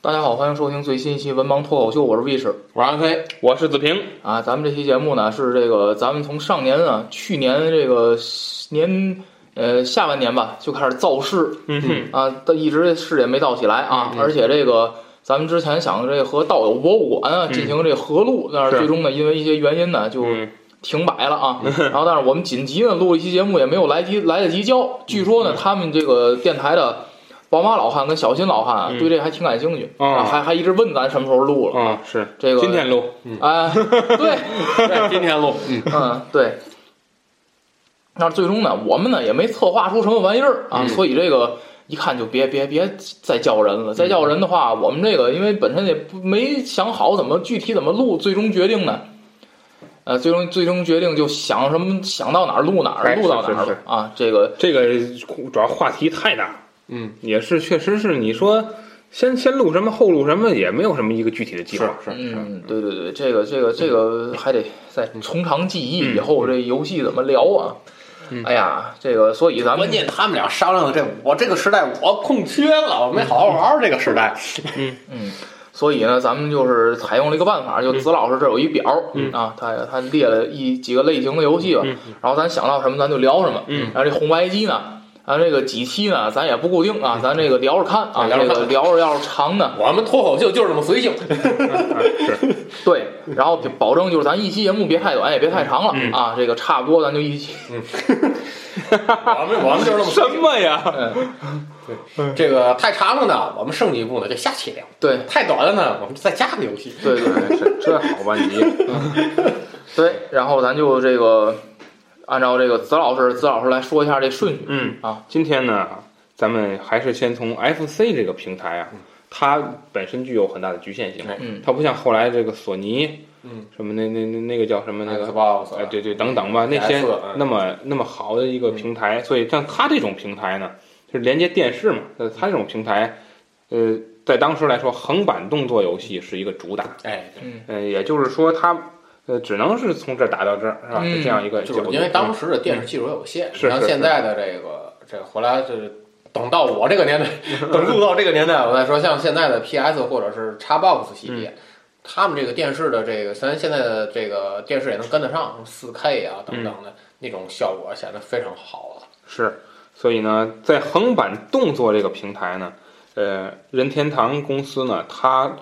大家好，欢迎收听最新一期《文盲脱口秀》，我是 V 士我是安飞，我是子平。啊。咱们这期节目呢是这个，咱们从上年啊，去年这个年呃下半年吧，就开始造势嗯哼，啊，但一直势也没造起来啊。而且这个咱们之前想这个和道友博物馆啊进行这合录，但是是最终呢，因为一些原因呢，就嗯停摆了 啊。然后，但是我们紧急呢录一期节目，也没有来及来得及交。据说嗯呢，他们这个电台的宝马老汉跟小新老汉啊，嗯对这还挺感兴趣，哦啊还还一直问咱什么时候录了。啊，是这个今天录，哎， 对，对，今天录，嗯，嗯，对。但是最终呢，我们呢也没策划出什么玩意儿啊，嗯所以这个一看就别别别再叫人了。再叫人的话，嗯我们这个因为本身也不没想好怎么具体怎么录，最终决定呢，呃，最终最终决定就想什么想到哪儿录哪哎儿，录到哪是是儿是了啊。这个这个主要话题太大，嗯，也是确实是你说先先录什么后录什么，也没有什么一个具体的计划。是是是，嗯，对对对，这个这个这个还得再从长计嗯议，以后这游戏怎么聊啊？哎呀，这个所以咱们关键他们俩商量的这，我这个时代我空缺了，我没好好玩这个时代，嗯所以呢，咱们就是采用了一个办法，就子老师这有一表、嗯啊，他他列了一几个类型的游戏吧，然后咱想到什么咱就聊什么。啊嗯然后这红白机呢，咱这个几期呢，咱也不固定啊，嗯咱这个聊着看哎啊，聊着这看个聊着要是长呢，我们脱口秀就是这么随性， 啊 对，然后保证就是咱一期节目别太短，也别太长了、嗯啊，这个差不多咱就一期。我们我们就是这么随什性，么呀？嗯，这个太长了呢，我们剩几部呢就下期聊，对太短了呢，我们再加个游戏，对对对这哎这好吧你，对，然后咱就这个按照这个子老师子老师来说一下这顺序。嗯啊，今天呢，咱们还是先从 FC 这个平台啊，它本身具有很大的局限性，嗯它不像后来这个索尼，嗯，什么那那那那个叫什么那个。 Xbox，哎，对对，等等吧，那些 PS 嗯那么那么好的一个平台，所以像它这种平台呢，就是连接电视嘛，呃，它这种平台，呃，在当时来说，横版动作游戏是一个主打，哎，呃，也就是说它，呃，只能是从这儿打到这儿，是吧？嗯是这样一个角就是度，因为当时的电视技术有限，嗯是像是现在的这个这个回来就是等到我这个年代，等录到这个年代，我再说像现在的 PS 或者是 Xbox 系嗯列。他们这个电视的这个，咱现在的这个电视也能跟得上，四 K 啊嗯等等的、那种效果显得非常好了。是，所以呢，在横版动作这个平台呢，呃，任天堂公司呢，它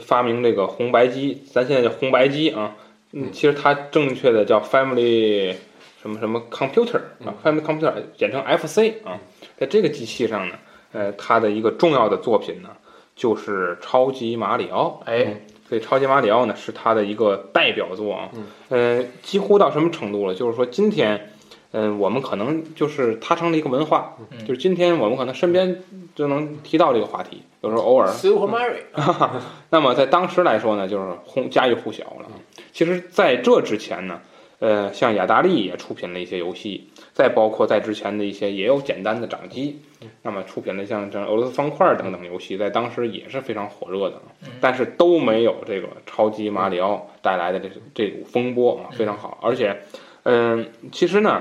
发明这个红白机，咱现在叫红白机啊，嗯，其实它正确的叫 Family 什么什么 computer 啊，family computer 简称 FC 啊，在这个机器上呢，呃，它的一个重要的作品呢，就是超级马里奥。哎，所以《超级马里奥》呢是他的一个代表作啊，呃，几乎到什么程度了？就是说今天，嗯、我们可能就是它成了一个文化，嗯就是今天我们可能身边就能提到这个话题，有时候偶尔 Super Mario，那么在当时来说呢，就是轰家喻户晓了。其实，在这之前呢，呃，像雅达利也出品了一些游戏，再包括在之前的一些也有简单的掌机，那么出品了像这俄罗斯方块等等游戏，在当时也是非常火热的嗯，但是都没有这个超级马里奥带来的这这股风波啊，非常好。而且，嗯、其实呢，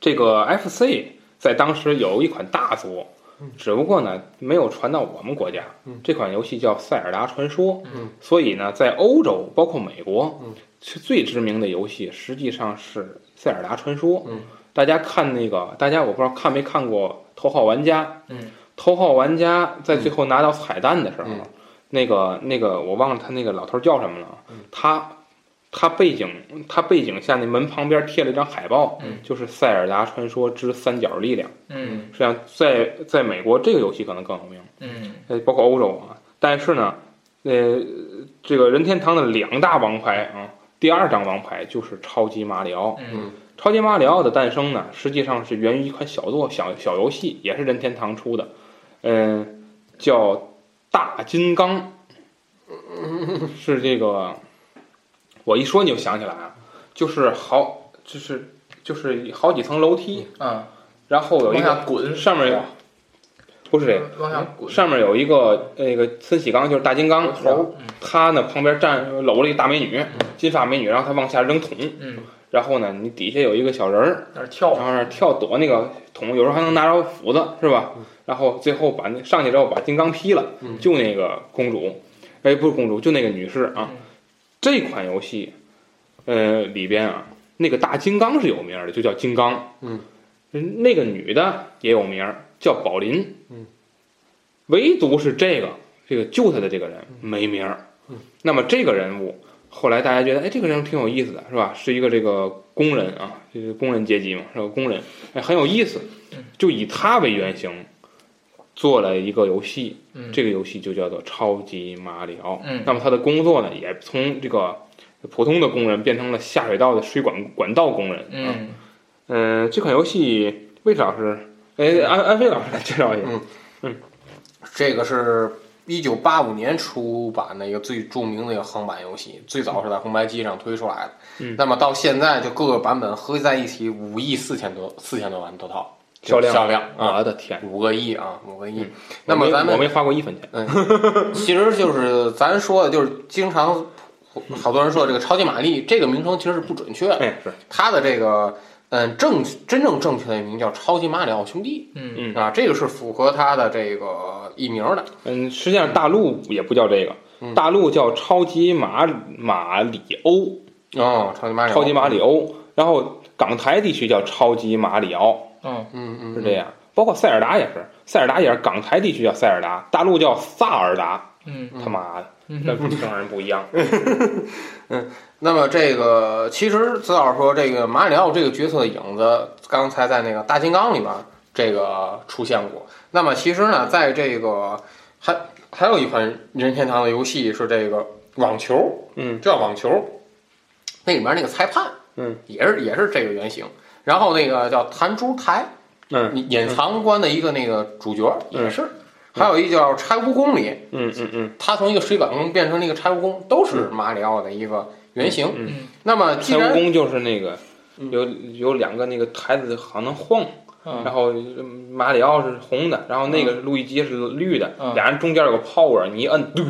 这个 FC 在当时有一款大作。只不过呢，没有传到我们国家。这款游戏叫《塞尔达传说》，嗯，所以呢，在欧洲包括美国，嗯，是最知名的游戏实际上是《塞尔达传说》。嗯，大家看那个，大家我不知道看没看过《头号玩家》。嗯，头号玩家在最后拿到彩蛋的时候，嗯那个那个我忘了他那个老头叫什么了，嗯他。他背景，他背景下那门旁边贴了一张海报，嗯就是《塞尔达传说之三角力量》。嗯实际上在，在美国这个游戏可能更有名，嗯呃，包括欧洲啊。但是呢，呃，这个任天堂的两大王牌啊，第二张王牌就是超级马里奥。嗯超级马里奥的诞生呢，实际上是源于一款小作小小游戏，也是任天堂出的，嗯、叫《大金刚》，是这个，我一说你就想起来啊，就是好，就是就是好几层楼梯，啊，然后有一个往下滚，上面有，不是这个。往下滚，上面有一个那个孙喜刚，就是大金刚头儿嗯他呢旁边站搂了一大美女，金发美女，然后他往下扔桶，嗯，然后呢你底下有一个小人儿，那儿跳然，后那跳躲那个桶，有时候还能拿着斧子，是吧？然后最后把那上去之后把金刚劈了，嗯救那个公主，哎不是公主，就那个女士啊嗯。这款游戏，呃里边啊那个大金刚是有名儿的，就叫金刚。嗯，那个女的也有名儿，叫宝林。嗯唯独是这个这个救他的这个人没名儿。嗯那么这个人物后来大家觉得，哎，这个人挺有意思的，是吧？是一个这个工人啊，就是工人阶级嘛，是个工人，哎，很有意思嗯，就以他为原型做了一个游戏，嗯这个游戏就叫做《超级马里奥》。嗯那么他的工作呢，也从这个普通的工人变成了下水道的水管管道工人。啊嗯嗯，这款游戏魏老师，哎，安安飞老师来介绍一下。嗯这个是一九八五年出版的一个最著名的一个横版游戏，最早是在红白机上推出来的。嗯那么到现在就各个版本合计在一起五亿四千多四千多万多套销量销量啊，我的天！五个亿啊，五个亿。嗯那么咱我们没我没花过一分钱。其实就是咱说的，就是经常好多人说这个超级玛丽这个名称其实是不准确的，哎，是，它的这个嗯正真正正确的名叫超级马里奥兄弟嗯嗯啊，这个是符合它的这个译名的。嗯，实际上大陆也不叫这个，嗯大陆叫超级马马里欧，哦，超级马里嗯奥，超级马里欧，然后港台地区叫超级马里奥，嗯嗯，嗯嗯，是这样。包括塞尔达也是，塞尔达也是港台地区叫塞尔达，大陆叫萨尔达。嗯他妈的，那嗯当然不一样。那么这个其实子老师说，这个马里奥这个角色的影子，刚才在那个大金刚里面这个出现过。那么其实呢，在这个还还有一款任天堂的游戏是这个网球，嗯，叫网球，那里面那个裁判，嗯，也是也是这个原型。然后那个叫弹珠台，嗯隐藏关的一个那个主角也是，嗯还有一叫拆蜈蚣里，嗯嗯嗯，他从一个水管工变成了一个拆蜈蚣，都是马里奥的一个原型。嗯嗯那么既太蜈然蚣就是那个。嗯有有两个那个台子好像能晃，嗯然后嗯马里奥是红的，然后那个路易基是绿的，嗯俩人中间有个泡 o 你一摁，嘟，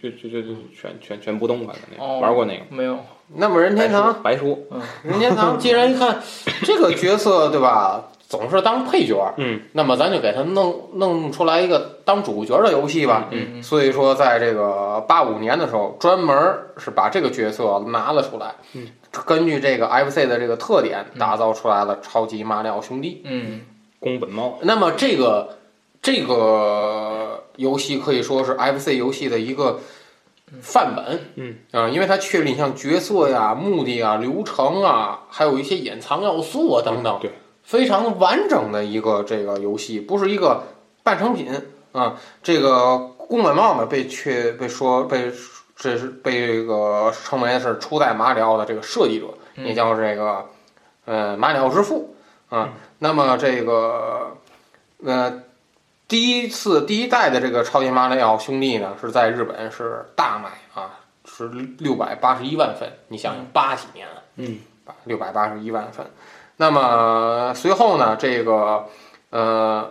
就就就就全全全不动了。那个、哦玩过那个没有，那么任天哎堂，白书，任 天堂既然一看这个角色对吧，总是当配角，嗯，那么咱就给他弄弄出来一个当主角的游戏吧。嗯所以说，在这个八五年的时候，专门是把这个角色拿了出来，嗯，根据这个 FC 的这个特点，打造出来了超级马里奥兄弟。嗯宫本茂，那么这个这个游戏可以说是 FC 游戏的一个范本，嗯啊、因为它确立你像角色呀、目的啊、流程啊，还有一些隐藏要素啊等等，对，非常完整的一个这个游戏，不是一个半成品啊、这个宫本茂呢，被确被说被这是被这个称为是初代马里奥的这个设计者，嗯也叫这个呃马里奥之父啊。那么这个呃第一次第一代的这个超级马里奥兄弟呢，是在日本是大卖啊，是六百八十一万份。你想想，八几年啊，嗯吧，六百八十一万份。那么随后呢，这个呃，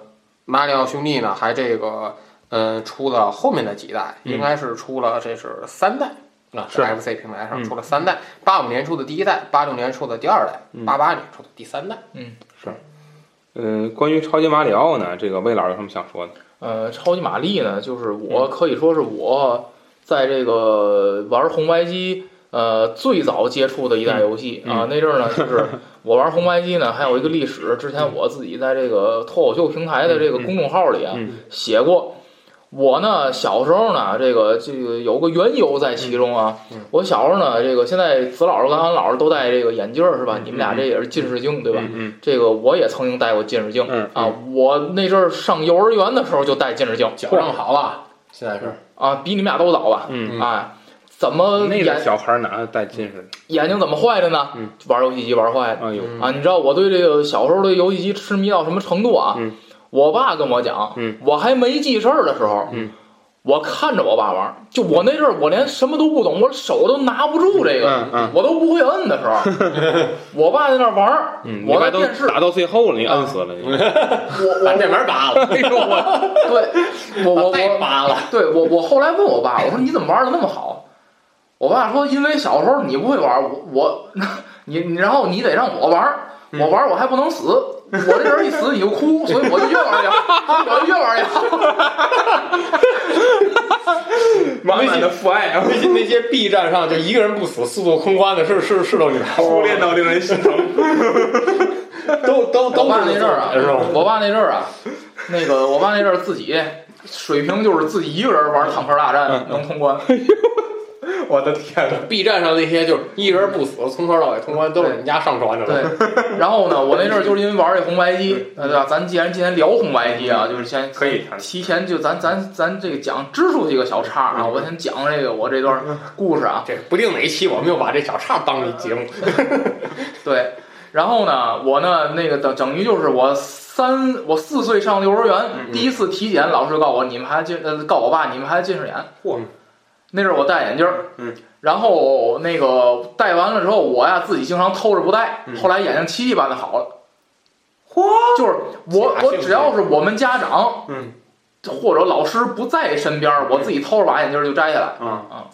马里奥兄弟呢还这个嗯出了后面的几代，嗯应该是出了这是三代。啊，是 FC 平台上嗯出了三代，八五年出的第一代，八六年出的第二代嗯，八八年出的第三代。嗯，关于超级马里奥呢，这个魏老师有什么想说的？呃，超级玛丽呢，就是嗯我可以说是我在这个玩红白机呃最早接触的一代游戏嗯嗯啊、那阵儿呢，就是 我玩红白机呢，还有一个历史，之前我自己在这个脱口秀平台的这个嗯嗯嗯公众号里啊、嗯写过。我呢，小时候呢，这个这个有个缘由在其中啊。嗯嗯我小时候呢，这个现在子老师跟安老师都戴这个眼镜儿是吧？你们俩这也是近视镜对吧？嗯这个我也曾经戴过近视镜，嗯啊，我那阵儿上幼儿园的时候就戴近视镜，矫正好了，现在是啊，比你们俩都早吧？嗯哎，怎么嗯，那个眼小孩儿哪带近视的？眼睛怎么坏的呢？嗯玩游戏机玩坏的哎呦，嗯啊！你知道我对这个小时候对游戏机痴迷到什么程度啊？嗯我爸跟我讲，嗯我还没记事儿的时候，嗯我看着我爸玩儿，就我那阵儿我连什么都不懂，我手都拿不住这个，嗯嗯我都不会摁的 时候，我爸在那儿玩儿，嗯，你我爸在都电视，嗯打到最后了，你摁死了你。我把我这门拔了，那时候我 对我我太我，拔了。 对我我后来问我爸，我说你怎么玩的那么好？我爸说因为小时候你不会玩，我我你你然后你得让我玩，嗯我玩我还不能死，我这人一死你就哭，所以我就越玩越好，我就越玩越好。 满满的父爱啊，那些那些 B 站上就一个人不死、速度空关的，是是是都女孩，初恋到令人心疼。 都都我都爸那阵儿是吧啊？，我爸那阵儿啊，那个我爸那阵儿自己水平就是自己一个人玩坦克大嗯战能通关， 我的天哪！ B 站上那些就是一人不死，从头到尾通关都是人家上传的了。 对，然后呢，我那阵儿就是因为玩这红白机，呃对吧？咱既然今天聊红白机啊，就是先可以谈提前就咱咱咱这个讲支出几个小岔嗯啊，我先讲这个我这段故事啊，这不定哪一期我们又把这小岔当一节目。对。然后呢，我呢，那个等等于就是我三我四岁上幼儿嗯园，第一次体检，老师告我你们还近呃告我爸你们还近视眼，嚯嗯 那阵儿我戴眼镜儿，嗯，然后那个戴完了之后，我呀自己经常偷着不戴，嗯后来眼睛奇迹般的好了。就是我假性我只要是我们家长，嗯，或者老师不在身边儿，我自己偷着把眼镜儿就摘下来。啊！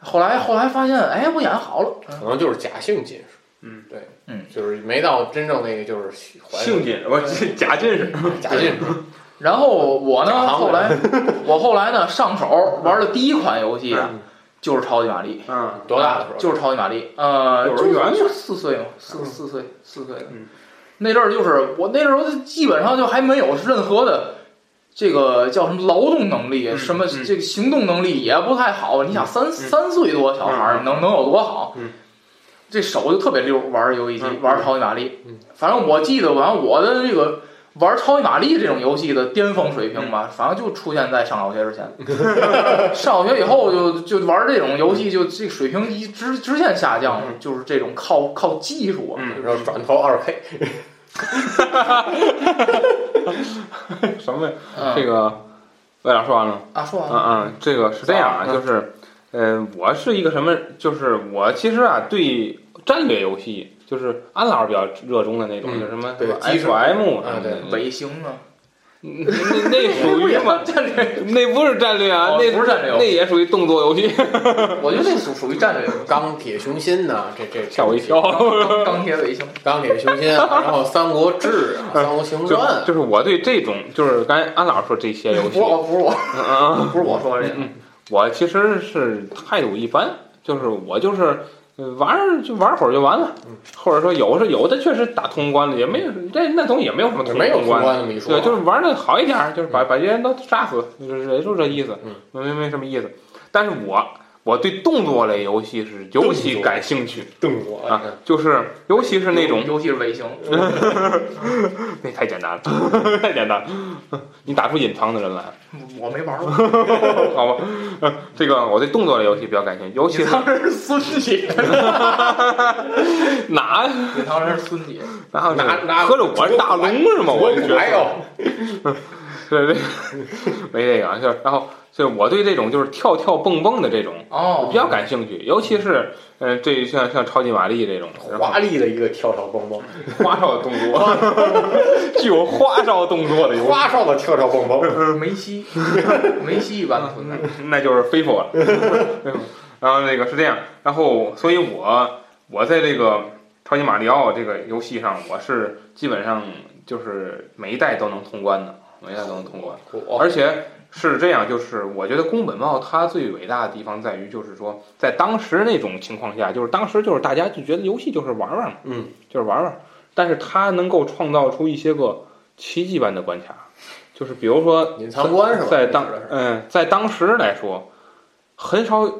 后来后来发现，哎，我眼睛好了。可能就是假性近视。嗯，对，嗯，就是没到真正那个就是怀性近，我这假近视。假近视。然后我假呢，行后来我后来呢上手玩的第一款游戏啊嗯就是超级玛丽，嗯，多大的时候？啊就是超级玛丽，呃，幼儿园啊就四岁嘛，四四岁四岁的嗯，那阵儿就是我那时候基本上就还没有任何的这个叫什么劳动能力，嗯什么嗯这个行动能力也不太好。你想三三岁多小孩儿能能有多好嗯？这手就特别溜，玩儿游戏机嗯，玩儿超级玛丽嗯。反正我记得，反正我的这个玩儿超级玛丽这种游戏的巅峰水平嗯吧，反正就出现在上小学之前。 上小学以后就就玩这种游戏，就这水平一直直线下降，就是这种靠靠技术啊。嗯然后转投二 K，什么呀？嗯这个魏老师说完了吗。啊，说完了。嗯嗯，这个是这样啊，啊就是，呃，我是一个什么？就是我其实啊，对战略游戏，就是安老师比较热衷的那种，嗯就什么对即时 H M 啊对北行啊，那那 属于嘛？战略？那不是战略啊，哦那不是战略游那戏也属于动作游戏， 我觉得那属属于战略游戏。钢铁雄心呐，这这吓我一。跳。钢钢铁北行，钢铁雄心 啊，然后三国志啊，三国行就传啊，就是我对这种，就是刚才安老师说这些游不戏是，我，不是我，嗯嗯，嗯不是我说这个。我其实是态度一般，就是我就是呃玩儿就玩会儿就完了嗯，或者说有时候有的确实打通关了，也没有这那东西也没有什么没有通关。那么一说对，啊，就是玩的好一点儿，就是把、把这些人都杀死，就是也就这意思，嗯没没没什么意思。但是我我对动作类游戏是尤其感兴趣动作啊，就是尤其是那种尤其是 尾行，那太简单了， 太简单了， 你打出隐藏的人来，我没玩过，好吧？ 呃这个我对动作类游戏比较感兴趣，尤其隐是藏人是孙姐，哪隐藏人是孙姐，哪有拿拿合着我是大龙是吗？ 我我就觉得哎呦，对对，没这个啊，就是然后就是我对这种就是跳跳蹦蹦的这种我哦比，较感兴趣，尤其是呃，这像像超级玛丽这种然后华丽的一个跳跳蹦蹦，花哨动作， 具有花哨动作的游戏，花哨的跳跳蹦蹦，梅西，梅西一般的存在， 那就是非佛 了。然后那个是这样，然后所以我我在这个超级马里奥这个游戏上，我是基本上就是每一代都能通关的，每一代都能通关。我而且是这样，就是我觉得宫本茂他最伟大的地方在于，就是说在当时那种情况下，就是当时就是大家就觉得游戏就是玩玩嘛，嗯，就是玩玩，但是他能够创造出一些个奇迹般的关卡，就是比如说隐藏关是吧？在当你指的是嗯、在当时来说，很少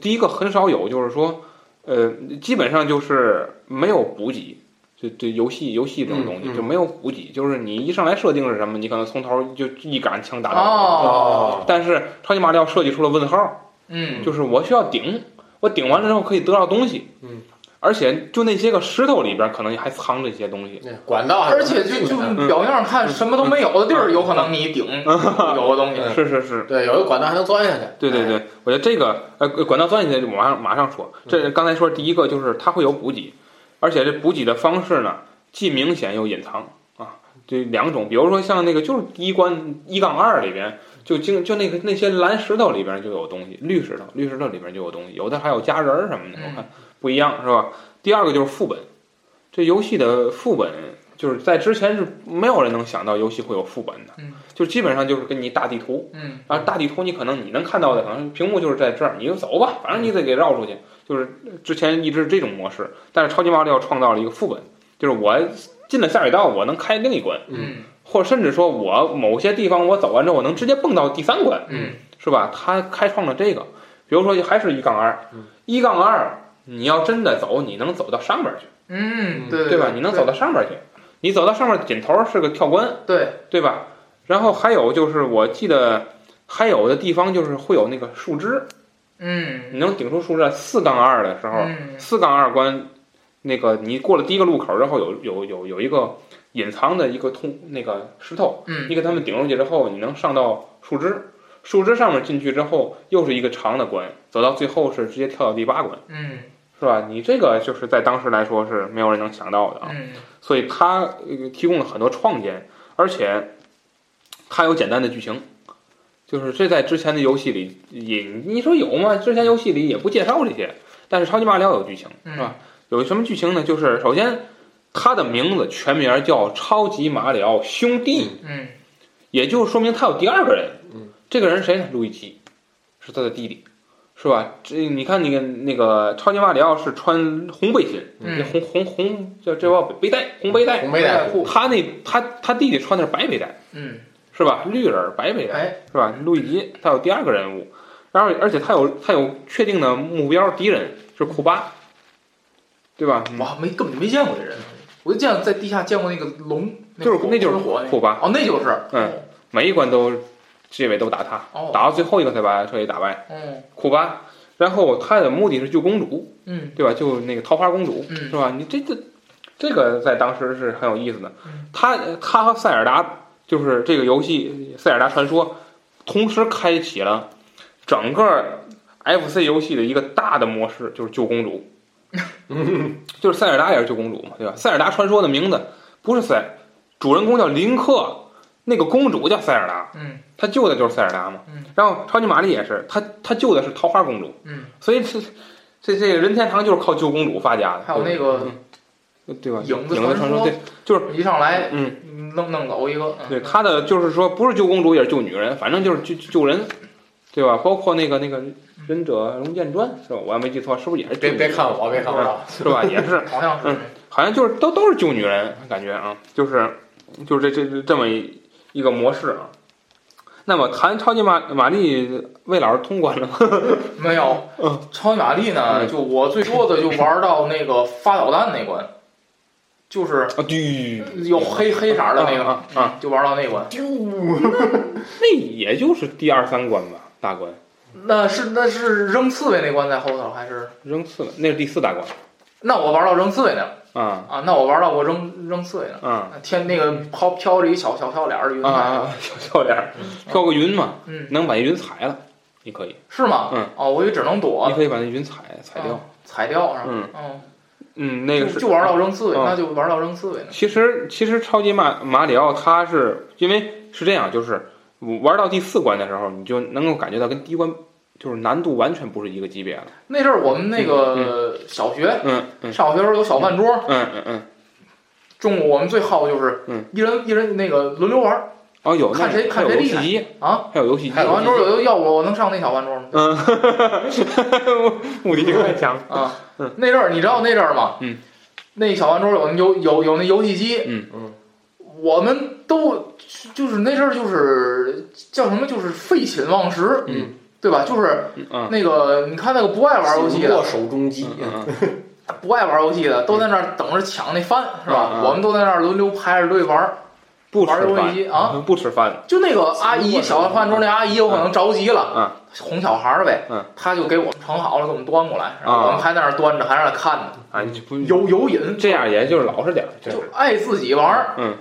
第一个很少有，就是说呃，基本上就是没有补给。就对游戏游戏这种东西、嗯嗯就没有补给，就是你一上来设定是什么，你可能从头就一杆枪打到尾。哦，但是超级马里奥设计出了问号，嗯，就是我需要顶，我顶完了之后可以得到东西。嗯，而且就那些个石头里边可能还藏着一些东西。那管道还是而很近且的，就就表面上看什么都没有的地儿，有可能你顶有个东西，嗯是是是，对，有一个管道还能钻下去，对对对，我觉得这个呃管道钻进去，我马上马上说。这刚才说第一个就是它会有补给，而且这补给的方式呢，既明显又隐藏啊，这两种。比如说像那个就是第一关一杠二里边，就经就那个那些蓝石头里边就有东西，绿石头绿石头里边就有东西，有的还有家人儿什么的，我看不一样是吧？第二个就是副本，这游戏的副本。就是在之前是没有人能想到游戏会有副本的，嗯就基本上就是给你大地图，嗯，然啊后大地图你可能你能看到的，可能屏幕就是在这儿，你就走吧，反正你得给绕出去。就是之前一直是这种模式，但是超级马里奥创造了一个副本，就是我进了下水道，我能开另一关，嗯或者甚至说我某些地方我走完之后，我能直接蹦到第三关，嗯，是吧？它开创了这个，比如说还是一杠二嗯，一杠二，你要真的走，你能走到上边去，嗯，对对吧？你能走到上边去，你走到上面尽头是个跳关，对，对吧？然后还有就是，我记得还有的地方就是会有那个树枝，嗯你能顶出树枝。四杠二的时候，嗯四杠二关，那个你过了第一个路口之后，有有有有一个隐藏的一个通那个石头，嗯你给他们顶出去之后，你能上到树枝，树枝上面进去之后又是一个长的关，走到最后是直接跳到第八关，嗯是吧？你这个就是在当时来说是没有人能想到的啊。嗯所以它呃提供了很多创建，而且它有简单的剧情，就是这在之前的游戏里也你说有吗？之前游戏里也不介绍这些，但是超级马里奥有剧情，嗯是吧？有什么剧情呢？就是首先它的名字全名叫《超级马里奥兄弟》，嗯也就说明他有第二个人。嗯，这个人是谁呢？路易吉，是他的弟弟，是吧？这你看那个那个超级马里奥是穿红背心，嗯那红红红叫这叫背带，红背带。红背带裤，他那他他弟弟穿的是白背带，嗯，是吧？绿人儿白背带，哎，是吧？路易吉他有第二个人物，然后而且他有他有确定的目标敌人是库巴，对吧？我还没根本就没见过这人，我就见在地下见过那个龙，就是火那就是火那个库巴，哦，那就是，嗯，每一关都结尾都打他，哦，打到最后一个才把彻底打败。哦，库巴，然后他的目的是救公主，嗯对吧？救那个桃花公主，嗯是吧？你这这这个在当时是很有意思的嗯。他他和塞尔达就是这个游戏《塞尔达传说》，同时开启了整个 FC 游戏的一个大的模式，就是救公 主，就是塞尔达也是救公主嘛，对吧？《塞尔达传说》的名字不是塞，主人公叫林克，那个公主叫塞尔达。嗯他救的就是塞尔达嘛。嗯然后超级玛丽也是，他他救的是桃花公主，嗯，所以这这这个任天堂就是靠救公主发家的。还有那个那对吧？影子子传传说，对一上来嗯弄弄走一个，嗯对，他的就是说不是救公主也是救女人，反正就是救救人，对吧？包括那个那个忍者龙剑传是吧？我要没记错，是不是也是救别女别人看我，别看我，是吧？也 是好像是，好像就是都都是救女人感觉啊，就是就是这这这这么一一个模式啊。那么谈超级玛玛丽，魏老师通关了吗？没有嗯，超级玛丽呢，嗯就我最多的就玩到那个发导弹那关，就是啊，对，有黑黑色儿的那个，啊啊啊就玩到那关。那也就是第二三关吧，大关那是那是扔刺猬那关在后头还是？扔刺了，那是第四大关那我玩到扔刺猬那儿啊啊，那我玩到过扔扔刺猬那儿。啊天，那个飘飘着一小小小脸儿的云啊彩，啊！小笑脸儿，飘个云嘛，嗯，能把那云裁了，你可以，是吗？嗯，哦，我以为只能你躲可以把那云裁裁掉。踩掉是吧？嗯嗯，嗯，那个就是就玩到扔刺猬，嗯那就玩到扔刺猬呢。其实其实超级马马里奥它是因为是这样，就是玩到第四关的时候，你就能够感觉到跟第一关就是难度完全不是一个级别了。那阵儿我们那个小学嗯嗯上小学时候有小饭桌，嗯嗯嗯，中午我们最好就是嗯一人一人那个轮流玩儿哦有，看那谁还看有谁游厉戏害机啊。还有游戏机还，小有饭桌有要我我能上那小饭桌吗？嗯，目的性太强。啊嗯，那阵儿你知道那阵儿吗？嗯，那小饭桌有有有有那游戏机，嗯嗯，我们都就是那阵儿就是叫什么，就是废寝忘食，嗯，对吧？就是嗯嗯那个你看那个不哎爱玩游戏的，握手中机，嗯嗯不爱玩游戏的都在那儿等着抢那饭，是吧？嗯嗯我们都在那儿轮流排着队玩儿，不玩吃游戏饭机啊。不吃饭，就那个阿姨，小饭桌那阿姨有可能着急了，哄小孩儿呗嗯，她就给我们盛好了，给我们端过来，然后我们还在那儿端着，还在那儿看呢，啊，你就不有有瘾，这样，也就是老实点儿，这就爱自己玩儿，嗯，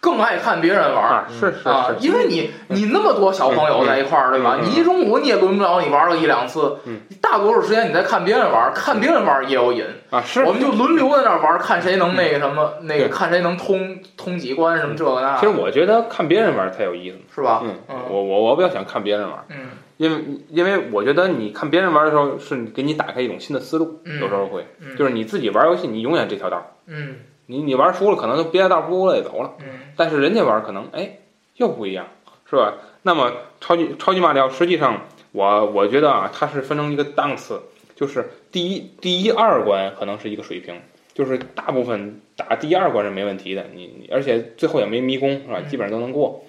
更爱看别人玩儿，啊是是啊，是，因为你你那么多小朋友在一块儿，对吧？嗯嗯你一中午你也轮不着你玩个一两次，嗯你大多数时间你在看别人玩儿，看别人玩儿也有瘾。啊是我。们就轮流在那儿玩儿，看谁能那个什么，那对个看谁能通通几关什么这个那其实个，我觉得看别人玩儿才有意思呢，是吧？嗯，嗯我我我比较想看别人玩儿。嗯因为因为我觉得你看别人玩的时候，是给你打开一种新的思路，嗯有时候会，嗯，就是是你自己玩游戏，你永远这条道儿，嗯你你玩输了，可能就别的道儿不过也走了，嗯但是人家玩可能哎又不一样，是吧？那么超级超级马里奥，实际上我我觉得啊，它是分成一个档次，就是第一第一二关可能是一个水平。就是大部分打第二关是没问题的，你你而且最后也没迷宫是吧？嗯基本上都能过。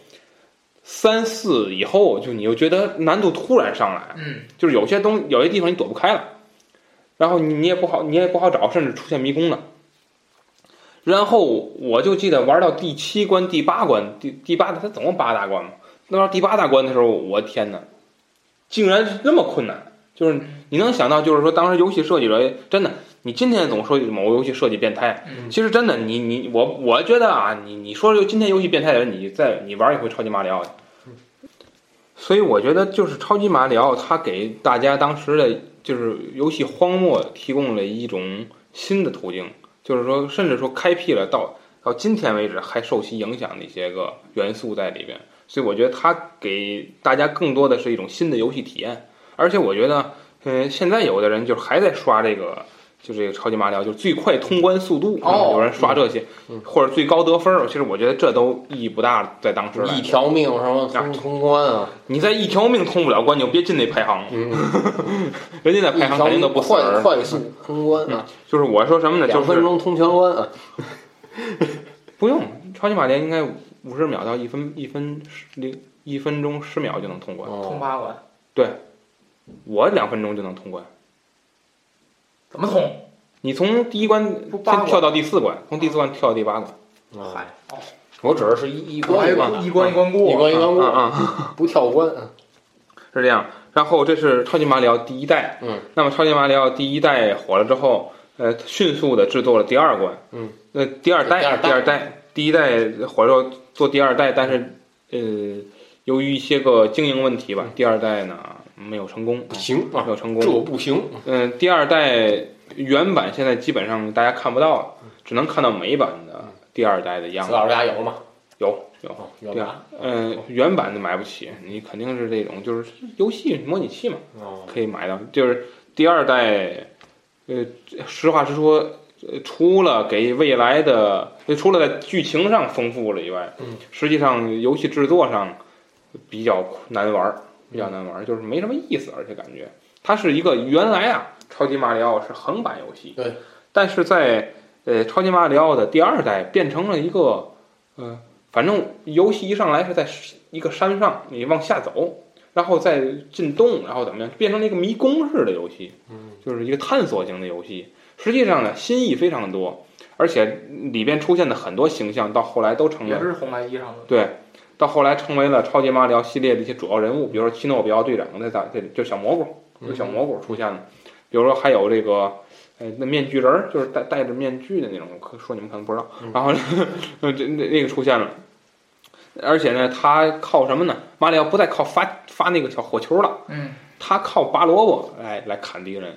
三四以后就你又觉得难度突然上来，嗯就是有些东有些地方你躲不开了，然后你你也不好你也不好找，甚至出现迷宫了。然后我就记得玩到第七关、第八关、第第八，它总共八大关嘛。那到第八大关的时候，我天哪，竟然是那么困难！就是嗯你能想到，就是说当时游戏设计者真的，你今天总说某个游戏设计变态，嗯其实真的你你我我觉得啊，你你说就今天游戏变态的人，你再你玩一回超级马里奥去。所以我觉得就是超级马里奥，它给大家当时的就是游戏荒漠提供了一种新的途径，就是说甚至说开辟了到到今天为止还受其影响的一些个元素在里边。所以我觉得它给大家更多的是一种新的游戏体验，而且我觉得，嗯、现在有的人就是还在刷这个。就这个超级马里奥，就是最快通关速度，哦有人刷这些，嗯或者最高得分儿，其实我觉得这都意义不大，在当时来说嗯一条命什嗯么通通关啊，你再一条命通不了关，你就别进那排行。嗯，人家那一排行肯条定命都不死快人。嗯快速通关啊，就是我说什么呢？嗯就两分是钟通全关啊，不用超级马里应该五十秒到一分一分十零一分钟十秒就能通关，通哦，八关我两分钟就能通关。怎么通？你从第一关不八先关跳到第四关，从第四关跳到第八关，哦嗨，哦，我指的是一一我还关一一关嗯关一关一关一过，关一关过，啊、嗯嗯不跳关啊，是这样。然后这是超级马里奥第一代，嗯，那么超级马里奥第一代火了之后，呃，迅速的制作了第二关，嗯，呃，第二代，第二代第一代火了之后做第二代，但是呃，由于一些个经营问题吧，第二代呢没有成功，不行没嗯啊，有成功，这不行，嗯，第二代原版现在基本上大家看不到了，嗯只能看到美版的第二代的样子子。老师家有吗？有有，哦，对原版啊，嗯，原版的买不起，你肯定是这种就是游戏模拟器嘛，哦，可以买到。就是第二代，呃，实话实说，呃，除了给未来的，呃除了在剧情上丰富了以外，嗯实际上游戏制作上比较难玩儿，比较难玩儿，就是没什么意思，而且感觉它是一个原来啊，超级马里奥是横版游戏，对，但是在呃超级马里奥的第二代变成了一个呃反正游戏一上来是在一个山上，你往下走，然后再进洞，然后怎么样，变成了一个迷宫式的游戏，嗯，就是一个探索型的游戏。实际上呢，新意非常多，而且里边出现的很多形象到后来都成也了是红白机上的。对，到后来成为了超级马里奥系列的一些主要人物，比如说奇诺比奥队长在在这里，就小蘑菇，嗯有小蘑菇出现了，比如说还有这个。哎，那面具人儿就是戴戴着面具的那种，可说你们可能不知道嗯。然后，呃这那那个出现了，而且呢，他靠什么呢？马里奥不再靠发发那个小火球了，嗯，他靠拔萝卜来来砍敌人。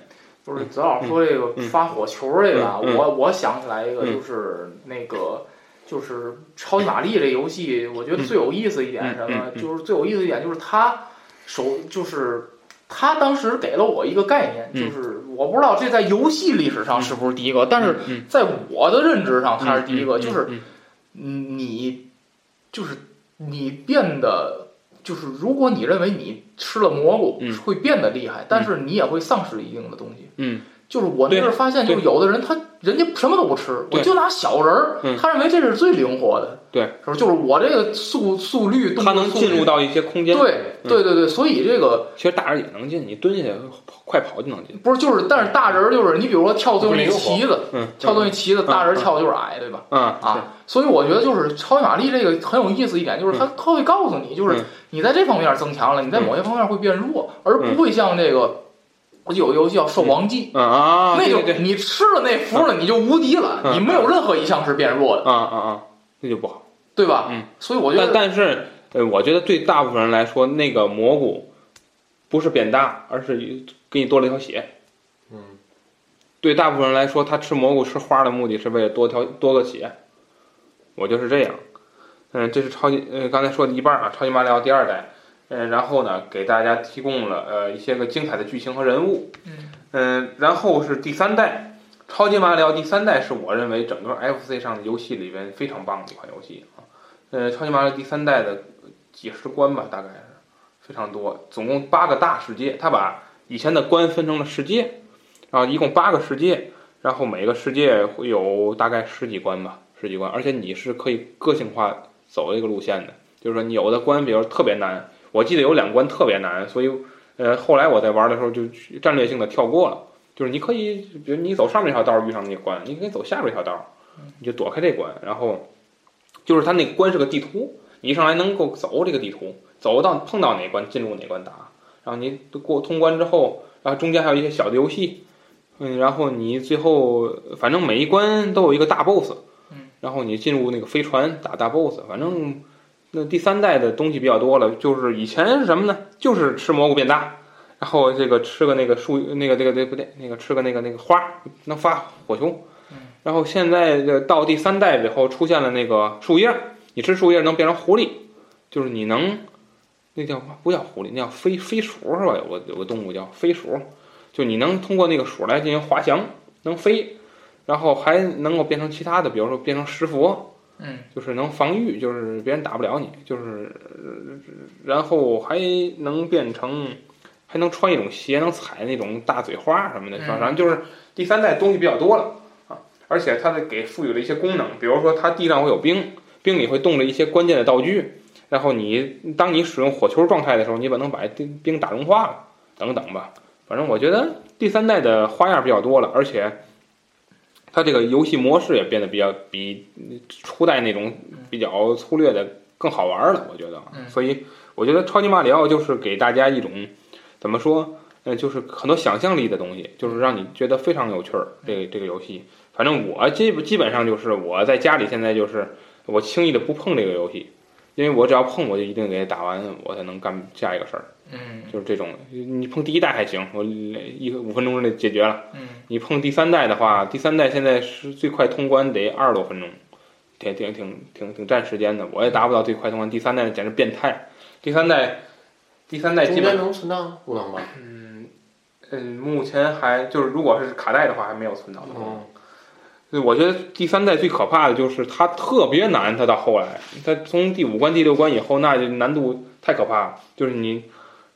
就是子老师说这个嗯发火球这个啊，嗯嗯我我想起来一个，嗯就是那个。就是超级玛丽这游戏，我觉得最有意思一点是什么？嗯嗯嗯就是最有意思一点就是它手，就是它当时给了我一个概念，嗯就是我不知道这在游戏历史上是不是第一个，但是嗯，在我的认知上，它是第一个，嗯就是嗯嗯你就是你变得就是，如果你认为你吃了蘑菇嗯会变得厉害，但是你也会丧失一定的东西。嗯，就是我那对阵儿发现，对就是有的人他人家什么都不吃，我对就拿小人儿嗯，他认为这是最灵活的。对是吧，就是我这个速速率，嗯他能进入到到一些空间，对嗯对对对，所以这个其实大人也能进，你蹲下跑快跑就能进。不是就是，但是大人儿就是你比如说跳最后那不灵活旗子，嗯，跳最后那旗子，嗯大人嗯儿跳就是矮，对吧？啊啊，所以我觉得就是超级玛丽这个很有意思一点，就是它它会告诉你，就是嗯你在这方面增强了，你在某些方面会变弱，而不会像这个，我有个游戏叫《兽王记》，嗯啊，那对对就对，你吃了那服了，你就无敌了，嗯你没有任何一项是变弱的，啊啊啊，那就不好。对吧？嗯，所以我觉但得但是，呃，我觉得对大部分人来说，那个蘑菇不是变大，而是给你多了一条血。嗯，对大部分人来说，他吃蘑菇吃花的目的是为了多条多个血。我就是这样。嗯，这是超级呃刚才说的一半儿啊，超级马里奥第二代。嗯，然后呢，给大家提供了呃一些个精彩的剧情和人物。嗯嗯，然后是第三代，超级马里奥第三代是我认为整个 FC 上的游戏里边非常棒的一款游戏啊。呃，超级马里奥第三代的几十关吧，大概是非常多，总共八个大世界，它把以前的关分成了世界，然后啊一共八个世界，然后每个世界会有大概十几关吧，十几关，而且你是可以个性化走这个路线的，就是说你有的关比如特别难，我记得有两关特别难，所以呃后来我在玩的时候就去战略性的跳过了，就是你可以比如你走上面一条道遇上那个关，你可以走下边一条道，你就躲开这关，然后就是它那个关是个地图，你一上来能够走这个地图，走到碰到哪关进入哪关打，然后你过通关之后，然后中间还有一些小的游戏。嗯，然后你最后反正每一关都有一个大 boss，嗯，然后你进入那个飞船打大 boss，反正那第三代的东西比较多了，就是以前是什么呢？就是吃蘑菇变大，然后这个吃个那个树那个这个这个不对，那个吃个那个那个花能发火球嗯，然后现在的到第三代以后出现了那个树叶，你吃树叶能变成狐狸，就是你能那叫不叫狐狸，那叫飞飞鼠是吧？有个有个动物叫飞鼠，就你能通过那个鼠来进行滑翔，能飞，然后还能够变成其他的，比如说变成石佛，嗯就是能防御，就是别人打不了你，就是呃然后还能变成，还能穿一种鞋，能踩那种大嘴花什么的，嗯反正就是第三代东西比较多了啊，而且它的给赋予了一些功能，比如说它地上会有冰，冰里会冻着一些关键的道具。然后你当你使用火球状态的时候，你把能把冰冰打融化了，等等吧。反正我觉得第三代的花样比较多了，而且它这个游戏模式也变得比较比初代那种比较粗略的更好玩了，我觉得。啊嗯所以我觉得超级马里奥就是给大家一种怎么说，呃，就是很多想象力的东西，就是让你觉得非常有趣儿。这嗯个这个游戏，反正我基基本上就是我在家里现在就是我轻易的不碰这个游戏。因为我只要碰，我就一定给它打完，我才能干下一个事儿，嗯就是这种。你碰第一代还行，我一个五分钟之内解决了。嗯，你碰第三代的话，第三代现在是最快通关得二十多分钟，挺挺挺挺挺占时间的。我也达不到最快通关，第三代简直变态。第三代，第三代中基间本能存档吗不能吧？嗯嗯，目前还就是如果是卡带的话，还没有存档的功能。嗯，对，我觉得第三代最可怕的就是它特别难，它到后来，它从第五关、第六关以后，那就难度太可怕了，就是你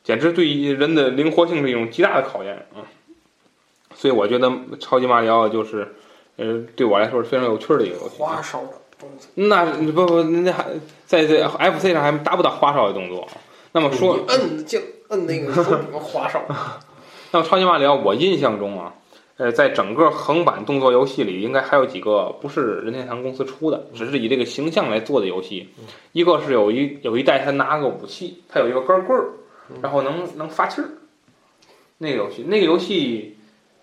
简直对人的灵活性是一种极大的考验啊。所以我觉得超级马里奥就是，呃，对我来说是非常有趣儿的一个游戏。花烧着，那不不那还在在 FC 上还达不到花哨的动作。那么说，你摁就摁那个手柄花哨，那么超级马里奥，我印象中啊，呃，在整个横版动作游戏里，应该还有几个不是任天堂公司出的，只是以这个形象来做的游戏嗯。一个是有一有一代他拿个武器，他有一个根棍儿嗯，然后能能发气儿。那个游戏，那个游戏，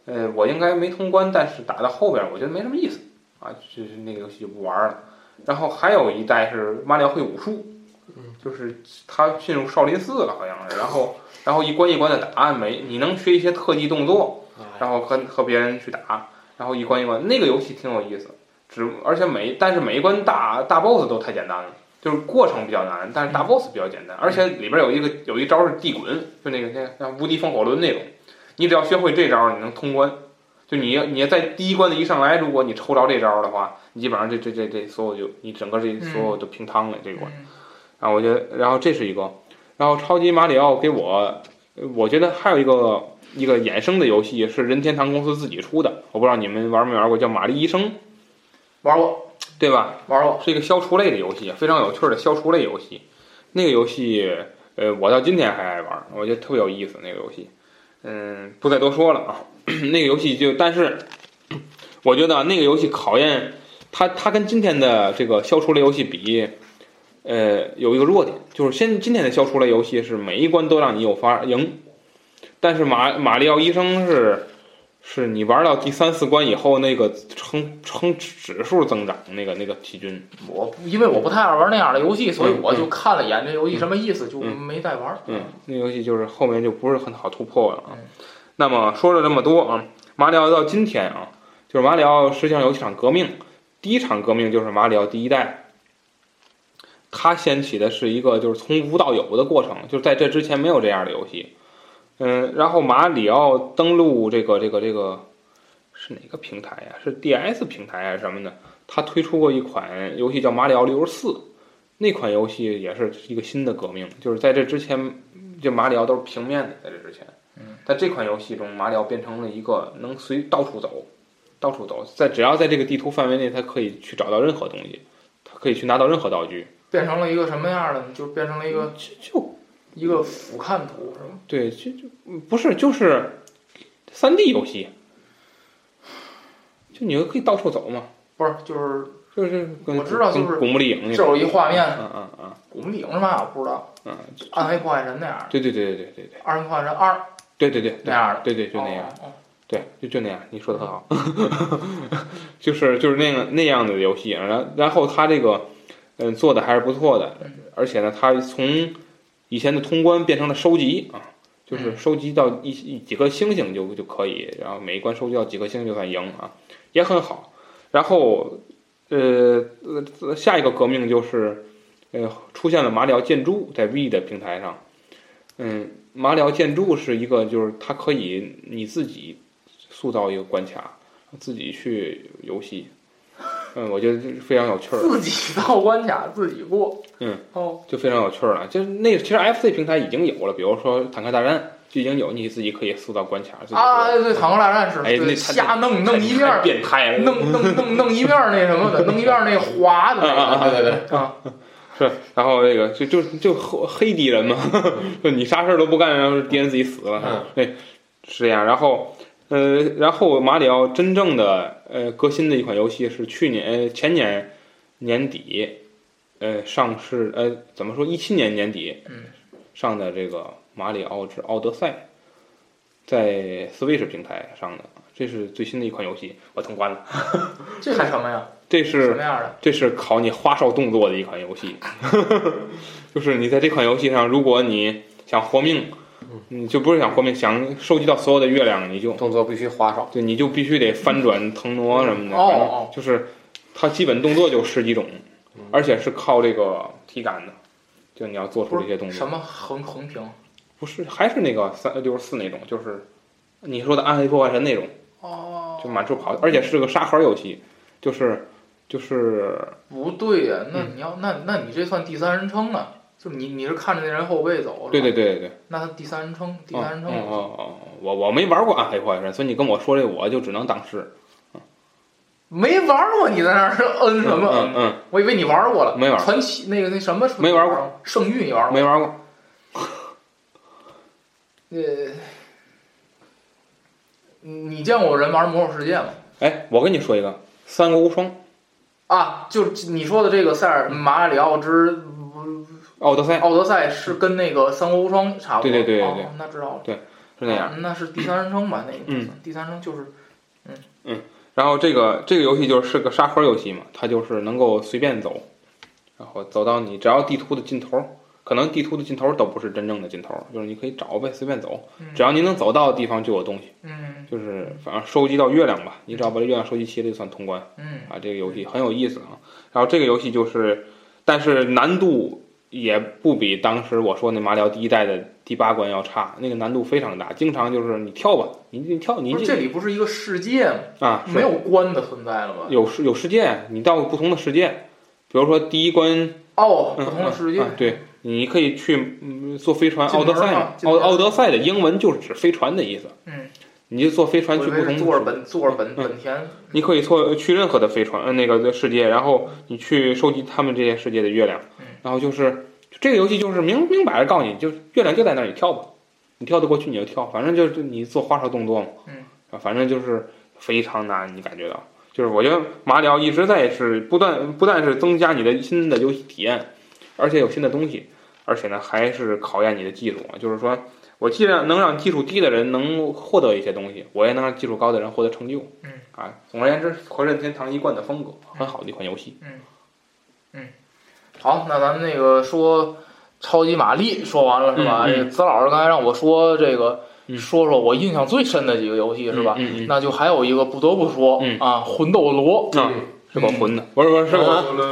呃，我应该没通关，但是打到后边儿我觉得没什么意思啊，就是那个游戏就不玩儿了。然后还有一代是马里奥会武术嗯，就是他进入少林寺了，好像是，然后然后一关一关的打，每你能学一些特技动作，然后和和别人去打，然后一关一关，那个游戏挺有意思，只而且每但是每一关大大 boss 都太简单了。就是过程比较难，但是大 boss 比较简单，而且里边有一个有一招是地滚，就那个那个像无敌风火轮那种，你只要学会这招，你能通关。就你要你在第一关的一上来，如果你抽着这招的话，你基本上这这这这所有就你整个这所有就平汤了这一关。嗯啊，我觉得，然后这是一个，然后超级马里奥给我，呃我觉得还有一个一个衍生的游戏是任天堂公司自己出的，我不知道你们玩没玩过，叫《玛丽医生》，玩过对吧？玩过，是一个消除类的游戏，非常有趣儿的消除类游戏。那个游戏，呃，我到今天还爱玩儿，我觉得特别有意思。那个游戏，嗯，不再多说了啊。 那个游戏就，但是我觉得啊那个游戏考验它，它跟今天的这个消除类游戏比，呃，有一个弱点，就是现今天的消除类游戏是每一关都让你有法赢，但是马马里奥医生是。是你玩到第三四关以后，那个称称指数增长，那个那个体均，我不因为我不太爱玩那样的游戏，所以嗯我就看了一眼这游戏什么意思，就嗯没再玩。嗯，那游戏就是后面就不是很好突破了啊嗯。那么说了这么多啊，马里奥到今天啊，就是马里奥实际上有几场革命，第一场革命就是马里奥第一代，它掀起的是一个就是从无到有的过程，就是在这之前没有这样的游戏。嗯，然后马里奥登陆这个这个这个是哪个平台呀、是 DS 平台还是什么的？它推出过一款游戏叫《马里奥六十四》，那款游戏也是一个新的革命，就是在这之前，就马里奥都是平面的，在这之前嗯，在这款游戏中，马里奥变成了一个能随到处走，到处走，在只要在这个地图范围内，他可以去找到任何东西，他可以去拿到任何道具，变成了一个什么样的呢？就变成了一个就就一个俯瞰图，是吗？对，就就不是就是三 D 游戏，就你可以到处走嘛，不是，就是就是跟我知道跟就是古墓丽影那就是种，有一画面，嗯嗯嗯古墓丽影是嘛？我不知道，嗯，暗黑破坏神那样的，对对对对对对暗黑破坏神二对对对那样的，对对就那样。哦。哦对，就就那样，你说的很好， 就是就是那个那样的游戏，然然后它这个，嗯，做的还是不错的嗯，而且呢，它从以前的通关变成了收集啊，就是嗯收集到一一几颗星星就就可以，然后每一关收集到几颗星星就算赢啊，也很好。然后，呃，呃下一个革命就是，呃，出现了马里奥建筑在 V 的平台上，嗯，马里奥建筑是一个，就是它可以你自己塑造一个关卡，自己去游戏。嗯，我觉得这是非常有 趣儿，自己造关卡自己过，嗯，哦，就非常有趣儿了。就是那其实 FC 平台已经有了，比如说《坦克大战》就已经有，你自己可以塑造关卡。自己啊，对，坦克大战是，哎那对，他瞎弄弄一面太儿，变态了。弄弄弄弄一面儿那什么的，弄一面儿那滑的那个，对对嗯对，啊，是，然后那个就就就黑黑敌人嘛， 就你啥事儿都不干，然后敌人自己死了，对，是这样。然后，呃，然后马里奥真正的呃革新的一款游戏是去年呃前年年底，呃上市呃怎么说一七年年底嗯上的这个《马里奥之奥德赛》，在 Switch 平台上的，这是最新的一款游戏，我通关了。这是什么呀？这什是么样的？这是考你花哨动作的一款游戏， 就是你在这款游戏上，如果你想活命，你就不是想活命，想收集到所有的月亮，你就 动作必须花哨。对，你就必须得翻转腾挪什么的，哦嗯反正哦就是它基本动作就十几种，而且是靠这个体感的，就你要做出这些动什作，么横横屏？不是还是那个三六十四那种，就是你说的暗黑破坏神那种。哦就，满处跑，而且是个沙盒游戏，就是就是不对呀，那嗯你要那那你这算第三人称啊？就是你你是看着那人后背走，是吧对对，对对对，那他第三人称，第三人称哦哦哦哦，我我没玩过暗黑破坏神，所以你跟我说这，我就只能当是。没玩过，你在那儿 是摁什么嗯摁？嗯，我以为你玩过了。没玩过传奇那个那什么没玩过过，圣域你玩嗯过？没玩过。呃，你见过人玩魔兽世界吗？哎，我跟你说一个，《三国无双》《啊，就是你说的这个塞尔马里奥之奥德赛》奥德赛是跟那个《三国无双》差不多。哎对对对对对哦，那知道了。是那样。啊那是第三人称吧？那个嗯第三人称就是然后这个这个游戏就是个沙盒游戏嘛，它就是能够随便走，然后走到你只要地图的尽头，可能地图的尽头都不是真正的尽头，就是你可以找呗，随便走，嗯只要您能走到的地方就有东西，嗯就是反正收集到月亮吧，你只要把这月亮收集齐了就算通关嗯啊。这个游戏很有意思啊。然后这个游戏就是，但是难度也不比当时我说那马里奥第一代的第八关要差，那个难度非常大，经常就是你跳吧，你你跳你不是这嗯里不是一个世界吗？啊是没有关的存在了吧？有世有世界，你到不同的世界，比如说第一关，哦，嗯不同的世界。啊对，你可以去嗯坐飞船，进奥门德赛嘛啊，进奥门奥德赛的英文就是指飞船的意思。嗯，你就坐飞我船去以不同的为是坐着世界本坐着本嗯本田，你可以坐去任何的飞船，呃，那个世界，然后你去收集他们这些世界的月亮嗯，然后就是这个游戏就是明明摆着告诉你，就是月亮就在那儿，你跳吧，你跳得过去你就跳，反正就是你做花哨动作嘛，嗯啊，反正就是非常难，你感觉到，就是我觉得马里奥一直在是不断不但是增加你的新的游戏体验，而且有新的东西，而且呢还是考验你的技术，啊就是说。我既然能让技术低的人能获得一些东西，我也能让技术高的人获得成就。啊，总而言之，和任天堂一贯的风格，很好的一款游戏。好，那咱们那个说超级玛丽说完了是吧？嗯嗯这个子老师刚才让我说这个，嗯说说我印象最深的几个游戏是吧？嗯嗯那就还有一个不得不说、嗯啊，魂斗罗。啊嗯，啊，是个混的，不是不是是个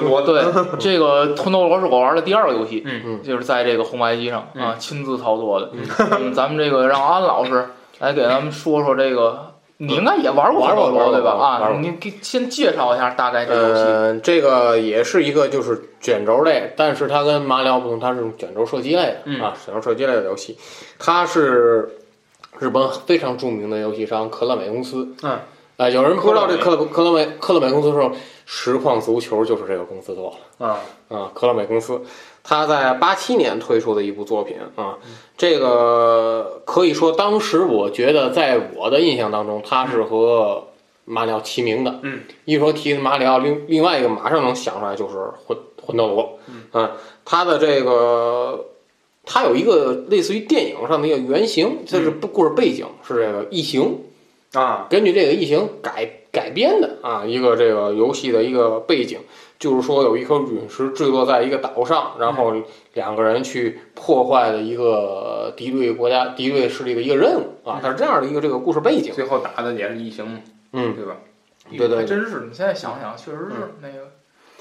我对，这个魂斗罗是我玩的第二个游戏，嗯嗯就是在这个红白机上啊嗯亲自操作的。嗯，咱们这个让安老师来给咱们说说这个，你应该也玩过玩魂斗过罗玩过对吧？玩啊，过你给先介绍一下大概这个游戏。呃，这个也是一个就是卷轴类，但是它跟马里奥不同，它是卷轴射击类的、嗯啊，卷轴射击类的游戏，它是日本非常著名的游戏商科乐美公司。嗯，呃，有人不知道这科科乐科乐美科乐美公司的时候，实况足球就是这个公司做的。啊，啊，科乐美公司，他在八七年推出的一部作品啊，这个可以说当时我觉得在我的印象当中，它是和马里奥齐名的。嗯，一说提马里奥，另另外一个马上能想出来就是魂魂斗罗。嗯，啊，它的这个。它有一个类似于电影上的一个原型，就是故事背景是这个异形，啊，根据这个异形改改编的啊，一个这个游戏的一个背景，就是说有一颗陨石坠落在一个岛上，然后两个人去破坏了一个敌对国家、敌对势力的一个任务啊，它是这样的一个这个故事背景。最后打的也是异形嘛，嗯，对嗯吧？对对还真是。你现在想想，确实是那个，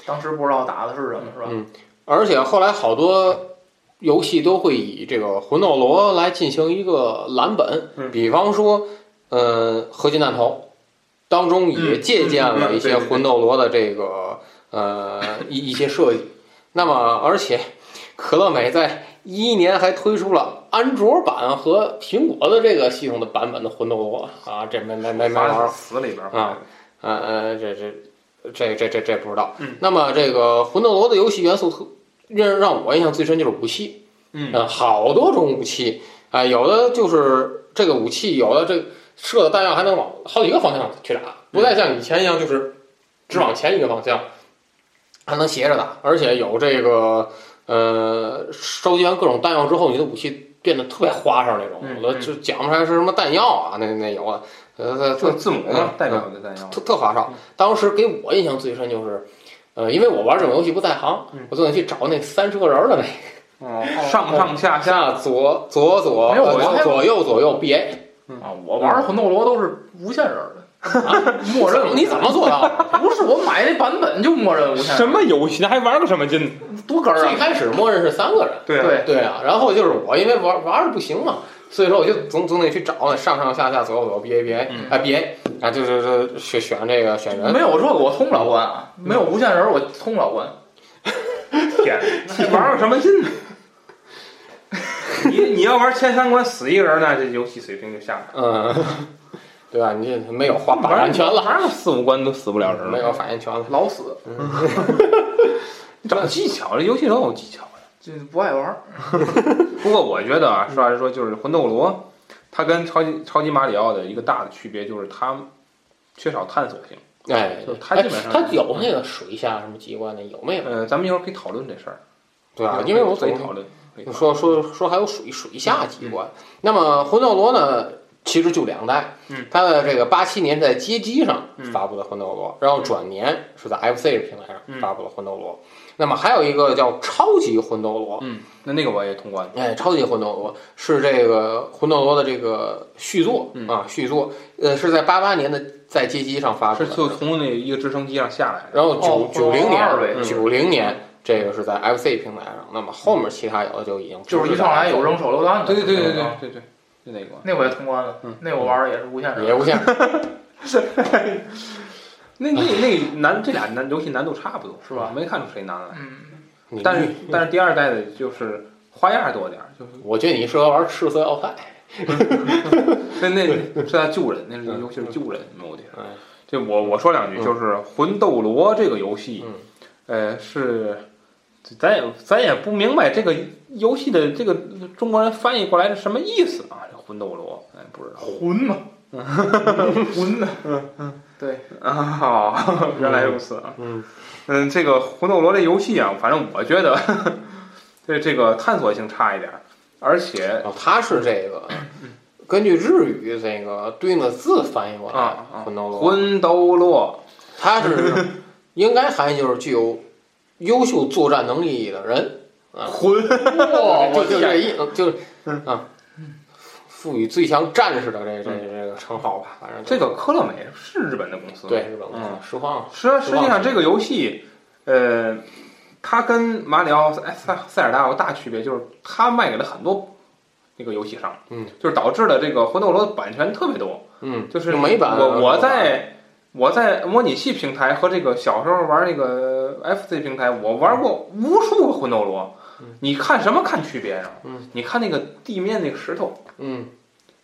当时不知道打的是什么，是吧？嗯而且后来好多游戏都会以这个魂斗罗来进行一个蓝本，嗯比方说，呃，合金弹头当中也借鉴了嗯嗯一嗯些对对对魂斗罗的这个呃一一些设计。那么，而且可乐美在一一年还推出了安卓版和苹果的这个系统的版本的魂斗罗啊，这没没没没玩发儿到死里边儿啊，呃呃，这这这这这这不知道。嗯那么这个魂斗罗的游戏元素特让让我印象最深就是武器，嗯呃好多种武器啊、有的就是这个武器，有的这个射的弹药还能往好几个方向去打，嗯不再像以前一样就是只往前一个方向，还能斜着打，而且有这个呃收集完各种弹药之后，你的武器。变得特别花哨那种，嗯有的就讲不出来是什么弹药啊，那那有啊，呃，它它就字母嘛嗯，代表的弹药。特特花哨。当时给我印象最深就是，呃，因为我玩这种游戏不在行嗯，我总得去找那三十个人儿的那个哦，上上下下，下左左左没有我呃还左右左右 B A，嗯啊，我玩魂斗罗都是无限人儿的，啊默认啊你怎么做到的？不是我买那版本就默认无限人什么游戏？那还玩个什么劲？多哏儿 最啊！开始默认是三个人，对啊对对啊，然后就是我因为玩玩的不行嘛，所以说我就总总得去找那上上下下左右左右 B A B A 嗯啊 B A 啊，就是这选选这个选人没。有这个我通不了关啊，没有无限人儿我通不了关。天，那玩个什么劲呢？ 你你要玩前三关死一个人，那这游戏水平就下来了。嗯， 对吧？你这没有话版权了，反正四五关都死不了人没了。有发言权了。老死，长技巧，这游戏老有技巧。就不爱玩儿。不过我觉得啊，实话实说，就是魂斗罗，它跟超级超级马里奥的一个大的区别就是它缺少探索性。哎就是，他基本上哎他有那个水下什么机关的，有没有？呃，咱们一会儿可以讨论这事儿对吧？因为我可以总讨论。可以讨论说说说还有水水下机关。那么魂斗罗呢，其实就两代，嗯，它的这个八七年在街机上嗯发布的魂斗罗，然后转年是在 FC 平台上嗯发布的魂斗罗。那么还有一个叫超级魂斗罗，嗯，那那个我也通关。哎，超级魂斗罗是这个魂斗罗的这个续作、嗯啊，续作，呃，是在八八年的在街机上发布是的，就从那一个直升机上下来的。然后九哦九零二位年，九零年这个是在 FC 平台上，那么后面其他有的就已经就是一上来有扔手榴弹的，啊对对对对对对对，就那个。那我也通关了嗯，那我玩的也是无限也人，无限 那那那难，这俩难游戏难度差不多，是吧没看出谁难来。嗯，啊你但是但是第二代的就是花样多点儿，就是我觉得你适合玩赤色奥赛，那那是在救人，那是游戏是救人目的。哎这我我说两句，嗯就是《魂斗罗》这个游戏，嗯呃，是咱也咱也不明白这个游戏的这个中国人翻译过来是什么意思啊？这《魂斗罗》哎，不知道魂 嘛，魂呢，啊、原来如此啊。嗯嗯，这个《魂斗罗》这游戏啊，反正我觉得这这个探索性差一点儿，而且哦，它是这个根据日语这个对应的字翻译过来啊的啊魂斗罗，魂斗罗它是 应该含义就是具有优秀作战能力的人啊，魂哇就就天嗯这意，就是啊，赋予最强战士的这这这个称号吧，反正就这个科乐美是日本的公司吗对日本嗯实况实实际上这个游戏，呃，它跟马里奥哎塞塞尔达有个大区别，就是它卖给了很多那个游戏商，嗯，就是导致了这个魂斗罗的版权特别多，嗯就是就美版啊我我在我在模拟器平台和这个小时候玩那个 FC 平台，我玩过无数个魂斗罗嗯，你看什么看区别啊？嗯，你看那个地面那个石头，嗯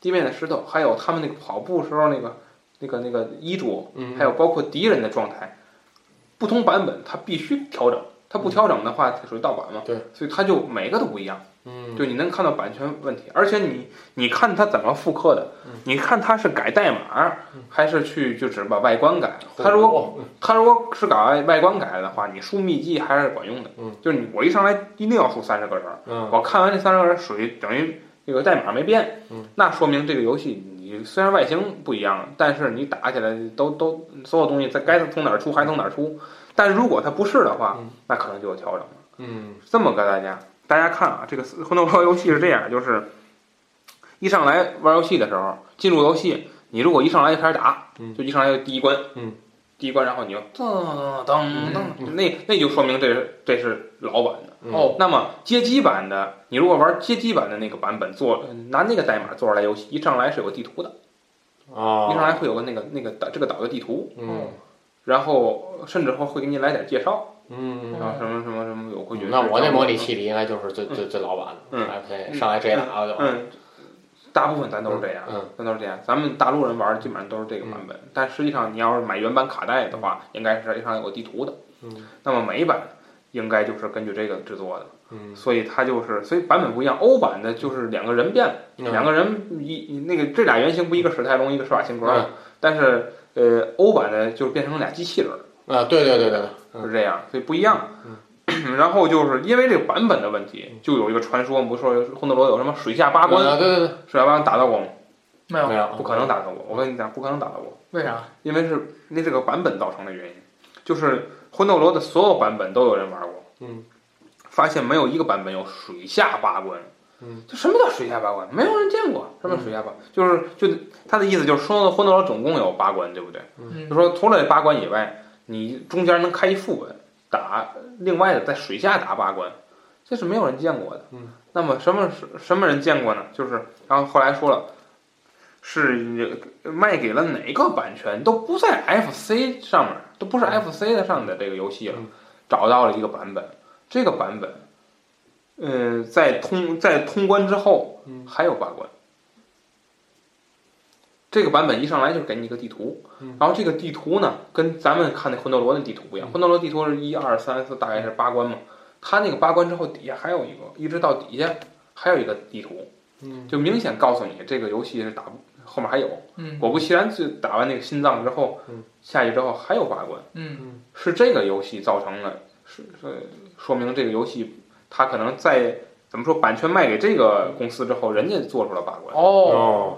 地面的石头，还有他们那个跑步时候那个那个那个衣着，嗯还有包括敌人的状态，不同版本它必须调整，它不调整的话，它属于盗版嘛。嗯对，所以它就每个都不一样，嗯就你能看到版权问题，而且你你看它怎么复刻的嗯，你看它是改代码嗯哦还是去就只把外观改？它如果它如果是改外外观改的话，你输秘籍还是管用的。嗯，就是你我一上来一定要输三十个人，嗯我看完这三十个人属于等于这个代码没变，嗯那说明这个游戏你虽然外形不一样，但是你打起来都都所有东西在该从哪儿出还从哪儿出。但如果它不是的话嗯，那可能就有调整了。嗯这么个大家，大家看啊，这个魂斗罗游戏是这样，就是一上来玩游戏的时候，进入游戏，你如果一上来就开始打，嗯就一上来就第一关，嗯，第一关，然后你就噔噔噔，嗯那那就说明这是这是老版的。嗯哦，那么街机版的，你如果玩街机版的那个版本做，拿那个代码做出来游戏，一上来是有个地图的，啊一上来会有个那个那个岛这个岛的地图，嗯然后甚至会会给你来点介绍，嗯然后什么什么什么有会觉得那我那模拟器。器里应该就是最最最老版的，嗯，FC 上来这打我就，嗯，大部分咱都是这样，嗯咱都是这样。咱们大陆人玩儿基本上都是这个版本，但实际上你要是买原版卡带的话，应该是上有地图的。嗯那么美版应该就是根据这个制作的，嗯，所以它就是，所以版本不一样。欧版的就是两个人变了，嗯两个人一那个这俩原型不一个史泰龙，一个施瓦辛格，嗯但是呃，欧版的就是变成俩机器人儿，啊，对对对对对，嗯是这样，所以不一样。 然后就是因为这个版本的问嗯题，就有一个传说，我们不是说有《魂斗罗》有什么水下八关，啊，对对水下八关打到过吗？没对，有没，有，不可能打到我，我跟你讲，不可能打到我，为啥？因为是那这个版本造成的原因，就是魂斗罗的所有版本都有人玩过，嗯，发现没有一个版本有水下八关，嗯，这什么叫水下八关？没有人见过什么水下八，就是就他的意思就是说魂斗罗总共有八关，对不对？嗯就，说除了这八关以外，你中间能开一副本打另外的，在水下打八关，这是没有人见过的。嗯，那么什么是什么人见过呢？就是然后后来说了，是卖给了哪个版权都不在 FC 上面，都不是 FC 的上的这个游戏了，嗯找到了一个版本，这个版本。嗯，在通在通关之后嗯还有八关，这个版本一上来就是给你一个地图嗯，然后这个地图呢，跟咱们看那魂斗罗的地图不一样，嗯魂斗罗地图是一二三四，大概是八关嘛。它那个八关之后底下还有一个，一直到底下还有一个地图，嗯就明显告诉你这个游戏是打不后面还有。嗯果不其然，就打完那个心脏之后嗯，下去之后还有八关，嗯是这个游戏造成的，是是说明这个游戏它可能在怎么说版权卖给这个公司之后，人家做出了八关，哦，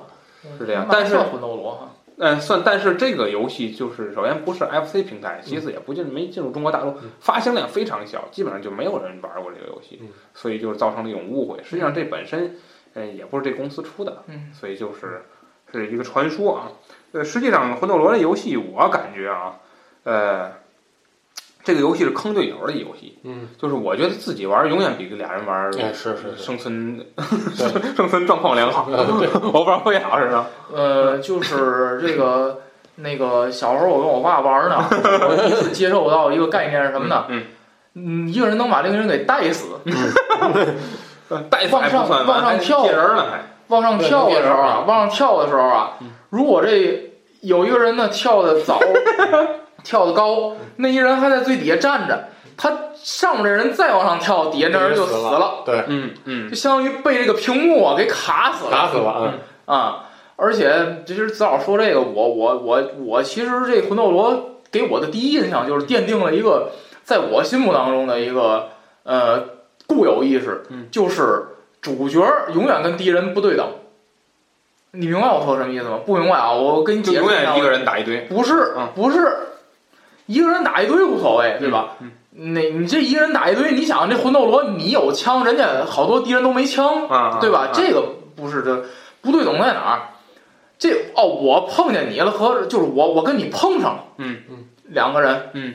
是这样那但是算魂斗罗哈，嗯，算，但是这个游戏就是首先不是 FC 平台，其次也不进没进入中国大陆嗯，发行量非常小，基本上就没有人玩过这个游戏嗯，所以就是造成了一种误会。实际上这本身，嗯，也不是这公司出的，嗯所以就是是一个传说啊。呃，实际上魂斗罗这游戏，我感觉啊，呃，这个游戏是坑队友的游戏，嗯，就是我觉得自己玩永远比俩人玩哎，是是是，生存 生存状况良 好，我不知道为啥似的，呃，就是这 个那个小时候我跟我爸玩呢，我第一次接受到一个概念是什么呢？嗯？嗯，一个人能把另一个人给带死，嗯，带伞还不算完，往上往上跳还借人呢还。往上跳的时候啊，对往上跳的时候啊嗯，如果这有一个人呢跳的 早，跳的高，那一人还在最底下站着，他上面的人再往上跳，底下那人就死了，对，嗯嗯就相当于被这个屏幕啊给卡死了，打死了啊！啊，而且其实子老说这个，我我我我其实这魂斗罗给我的第一印象就是奠定了一个在我心目当中的一个呃固有意识嗯，就是主角永远跟敌人不对等。你明白我说什么意思吗？不明白啊，我跟你就解释永一下远一个人打一堆，不是嗯，不是，一个人打一堆无所谓，对吧？嗯那你这一个人打一堆，你想这魂斗罗你有枪，人家好多敌人都没枪，啊，对吧？啊这个不是这不对等在哪儿？这哦，我碰见你了，和就是我我跟你碰上了，嗯嗯，两个人，嗯，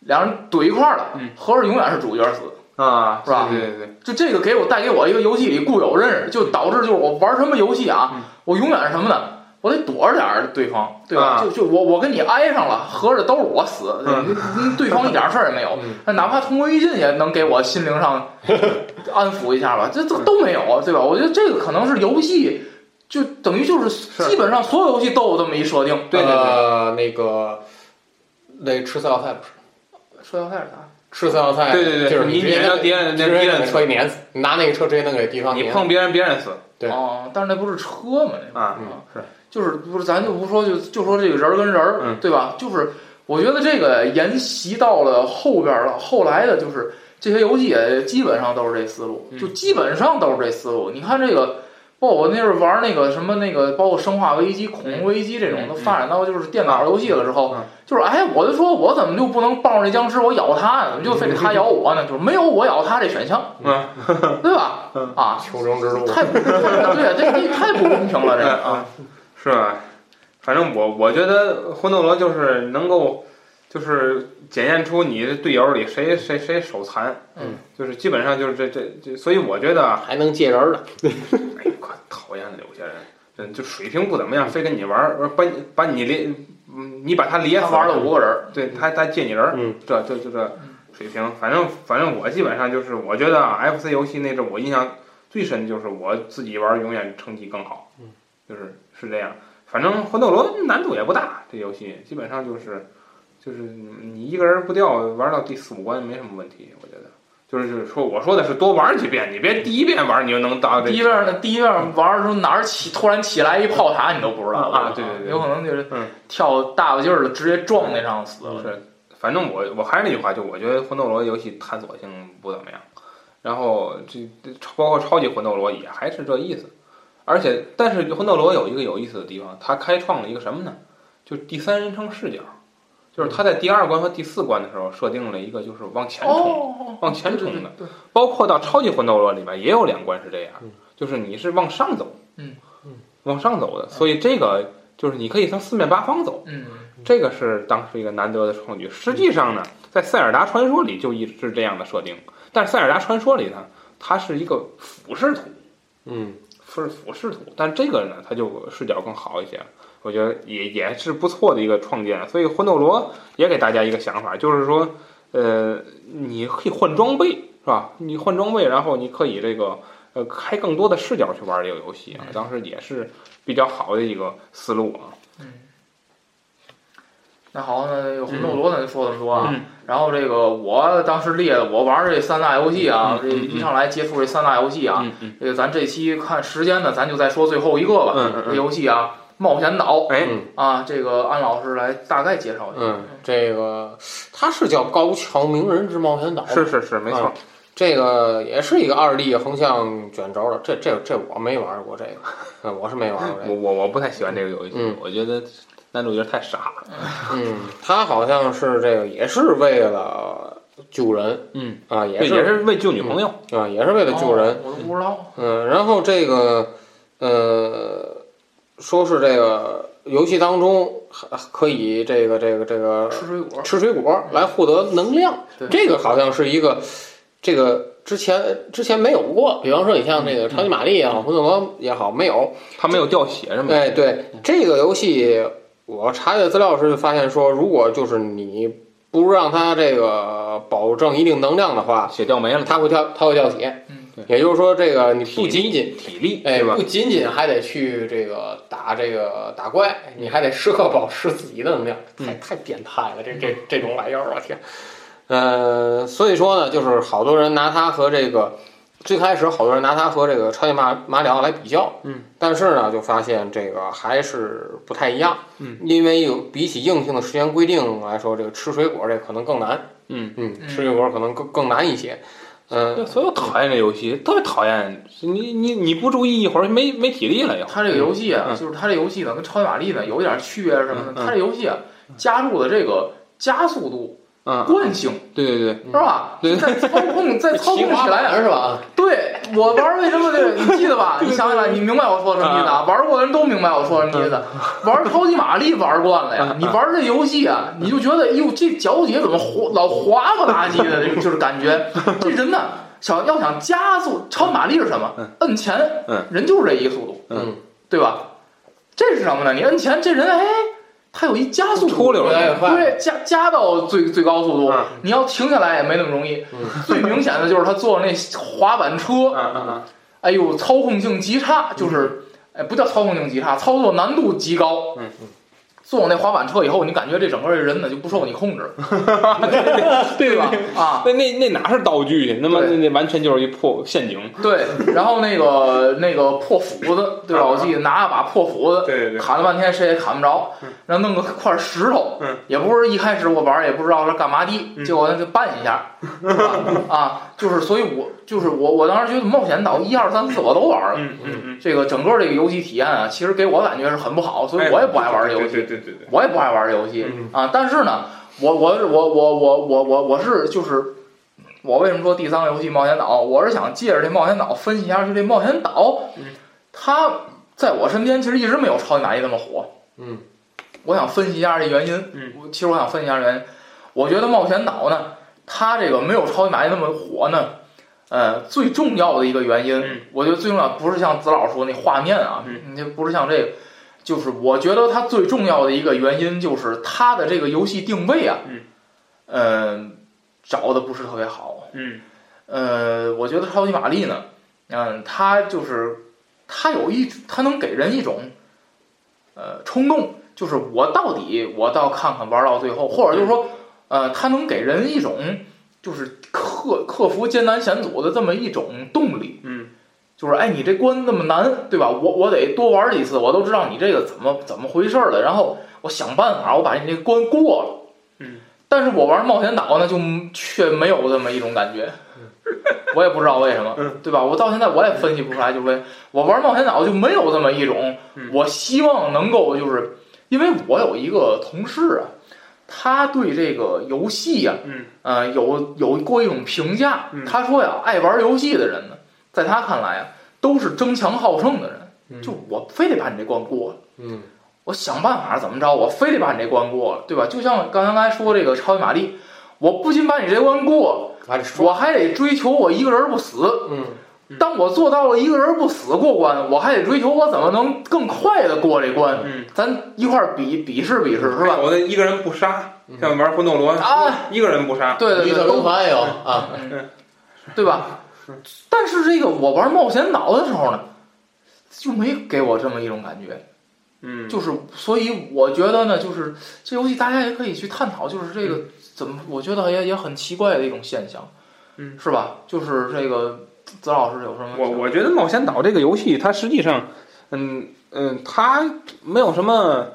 两人怼一块儿了，嗯，合着永远是主角死，啊，是吧对对对，就这个给我带给我一个游戏里固有认识，就导致就是我玩什么游戏啊，嗯我永远是什么呢？我得躲着点儿对方，对吧？啊嗯就就我我跟你挨上了，合着都是我死，对方一点事儿也没有。嗯那哪怕同归于尽也能给我心 灵上安抚一下吧，这这都没有，啊对吧？我觉得这个可能是游戏，就等于就是是基本上所有游戏都有这么一设定。对对对呃，那个那吃赛奥赛不是说到开始啥？吃赛奥赛，对对对，就是你直接撵让别人，那直别接人给车一碾死，拿那个车直接能给敌方你碾碰别人，别人死对哦，但是那不是车嘛，那不啊，嗯是就是不是咱就不说就就说这个人儿跟人儿，嗯对吧？就是我觉得这个沿袭到了后边儿了，后来的就是这些游戏也基本上都是这思路，嗯就基本上都是这思路。你看这个，包括我那时候玩那个什么那个，包括《生化危机》《恐龙危机》这种，嗯都发展到就是电脑游戏了之后，嗯就是哎，我就说我怎么就不能抱着那僵尸我咬他呢？怎么就非得他咬我呢？就是没有我咬他这选项，嗯对吧？嗯啊，求生之路，太不对呀，这这太不公平了，这个啊，是吧？反正我我觉得魂斗罗就是能够，就是检验出你的队友里谁谁谁手残，嗯，就是基本上就是这这这，所以我觉得啊，还能借人儿呢。哎呦，可讨厌了有些人，真就水平不怎么样，非跟你玩儿，把你把你连，嗯你把他连他玩了五个人儿。对他他借你人儿，嗯这这就这水平，反正反正我基本上就是，我觉得 FC 游戏那阵我印象最深就是我自己玩儿永远成绩更好，嗯，就是是这样。反正魂斗罗难度也不大，这游戏基本上就是就是你一个人不掉，玩到第四五关没什么问题，我觉得。就是就是说，我说的是多玩几遍，你别第一遍玩你就能到这第一遍呢，第一遍玩的时候哪儿起突然起来一炮塔，你都不知道啊啊对对对有可能就是嗯跳大把劲儿了，直接撞那上死了。是，反正我我还是那句话，就我觉得魂斗罗游戏探索性不怎么样，然后这这包括超级魂斗罗也还是这意思，而且但是魂斗罗有一个有意思的地方，它开创了一个什么呢？就是第三人称视角，就是它在第二关和第四关的时候设定了一个就是往前冲，哦，往前冲的对对对，包括到超级魂斗罗里面也有两关是这样嗯，就是你是往上走，嗯嗯往上走的，所以这个就是你可以从四面八方走。嗯，这个是当时一个难得的创举。实际上呢，在《塞尔达传说》里就一直是这样的设定，但是《塞尔达传说》里呢，它是一个俯视图，嗯，是俯视图，但这个呢，它就视角更好一些，我觉得也也是不错的一个创建。所以魂斗罗也给大家一个想法，就是说，呃，你可以换装备，是吧？你换装备，然后你可以这个呃开更多的视角去玩这个游戏啊，当时也是比较好的一个思路啊。那好，那红斗罗咱就说这么多啊。嗯然后这个我当时列的，我玩这三大游戏啊，这一上来接触这三大游戏啊，嗯嗯这个咱这期看时间呢，咱就再说最后一个吧。嗯嗯这游戏啊，冒险岛哎嗯啊，这个安老师来大概介绍一下。嗯，这个它是叫《高桥名人之冒险岛》，是是是，没错啊。这个也是一个二 D 横向卷轴的，这这这我没玩过这个， 嗯我是没玩过这我个。我我不太喜欢这个游戏，嗯我觉得男主角太傻了。嗯，它好像是这个也是为了救人嗯，啊，对，也也是是嗯为救女朋友。啊，也是为了救人。哦，我都不知道。嗯，然后这个，呃，说是这个游戏当中还可以这个这个这个吃水果，吃水果来获得能量对，这个好像是一个这个之前之前没有过，比方说你像这个超级玛丽也好，魂斗罗也好，没有。他嗯没有掉血是吗？哎，对这个游戏，我查阅资料时发现说，如果就是你不让它这个保证一定能量的话，血掉没了，它会掉它会掉血。嗯对也就是说，这个你体不力仅仅体力哎，对吧不？仅仅还得去这个打这个打怪，你还得时刻保持自己的能量，太嗯太变态了，这这这种玩意儿，我天！呃，所以说呢，就是好多人拿它和这个最开始好多人拿它和这个超级马马里奥来比较，嗯，但是呢，就发现这个还是不太一样，嗯，因为有比起硬性的时间规定来说，这个吃水果这可能更难，嗯，嗯，嗯吃水果可能更更难一些，嗯、对所以我讨厌这游戏，特别讨厌。你你你不注意，一会儿没没体力了又。它这个游戏啊，嗯就是它这游戏呢，跟超级玛丽呢有一点区别是什么呢嗯？嗯它这游戏啊，加入了这个加速度、嗯，惯性，对对对，是吧？对在操控， 在操控奇花起来，板是吧？对我玩儿为什么这个？你记得 吧？你想起来，你明白我说什么意思啊？玩儿过的人都明白我说什么意思。嗯 玩儿超级玛丽玩儿惯了呀，你玩儿这游戏啊，你就觉得，哎呦，这脚底下怎么滑老滑不拉几的，就就是感觉这人呢，想要想加速，超级玛丽是什么？摁前嗯，人就是这一个速度，嗯，对吧？这是什么呢？你摁前，这人哎，他有一加速度出溜越来越快对，加加到最最高速度嗯，你要停下来也没那么 容易嗯。最明显的就是他坐那滑板车，嗯嗯哎呦，操控性极差，就是，哎，不叫操控性极差，操作难度极高。嗯嗯。坐那滑板车以后，你感觉这整个人呢就不受你控 制，嗯，对对吧？？啊，那那那哪是道具？那么那对那完全就是一破陷阱。对。然后那个那个破斧子，啊对吧？我记得拿了把破斧子，对对砍了半天谁也砍不着，然后弄个块石头，嗯也不是一开始我玩儿也不知道它干嘛的，嗯结果他就绊 一下，是吧啊，就是所以我就是我我当时觉得冒险岛一二三四我都玩了，嗯嗯嗯，这个整个这个游戏体验啊，其实给我感觉是很不好，所以我也不爱玩这游戏，哎对对对对，我也不爱玩这游戏嗯啊。但是呢，我我是我我我我我我是就是。我为什么说第三个游戏冒险岛？我是想借着这冒险岛分析一下，就这冒险岛嗯，它在我身边其实一直没有超级玛丽那么火。嗯，我想分析一下这原因。嗯我，其实我想分析一下原因。我觉得冒险岛呢，它这个没有超级玛丽那么火呢，呃，最重要的一个原因，嗯我觉得最重要不是像子老师说那画面啊，嗯你这不是像这个，就是我觉得它最重要的一个原因就是它的这个游戏定位啊，嗯嗯、找的不是特别好。嗯呃，我觉得超级玛丽呢，嗯，它就是它有一，它能给人一种呃冲动，就是我到底我倒看看玩到最后，或者就是说，呃，它能给人一种就是克克服艰难险阻的这么一种动力。嗯就是哎，你这关那么难，对吧？我我得多玩几次，我都知道你这个怎么怎么回事儿了，然后我想办法，我把你这关过了。嗯，但是我玩冒险岛呢，就却没有这么一种感觉，嗯 我也不知道为什么，对吧？我到现在我也分析不出来，就为我玩冒险岛就没有这么一种嗯，我希望能够就是，因为我有一个同事啊，他对这个游戏呀、嗯呃，有有过一种评价嗯，他说呀，爱玩游戏的人呢，在他看来啊，都是争强好胜的人，嗯就我非得把你这关过了，嗯我想办法怎么着，我非得把你这关过了，对吧？就像刚才说这个超级玛丽，我不仅把你这关过了，，还得说，我还得追求我一个人不死。嗯，当我做到了一个人不死过关，我还得追求我怎么能更快的过这关。嗯，咱一块儿比比试比试，是还吧？有那一个人不杀，嗯像玩魂斗罗啊，一个人不杀，对对绿对，色都龙盘也有啊，对吧？但是这个我玩冒险岛的时候呢，就没给我这么一种感觉。嗯，就是，所以我觉得呢，就是这游戏大家也可以去探讨，就是这个怎么，我觉得也也很奇怪的一种现象，嗯，是吧？就是这个子老师有什么？我我觉得《冒险岛》这个游戏，它实际上，嗯嗯，它没有什么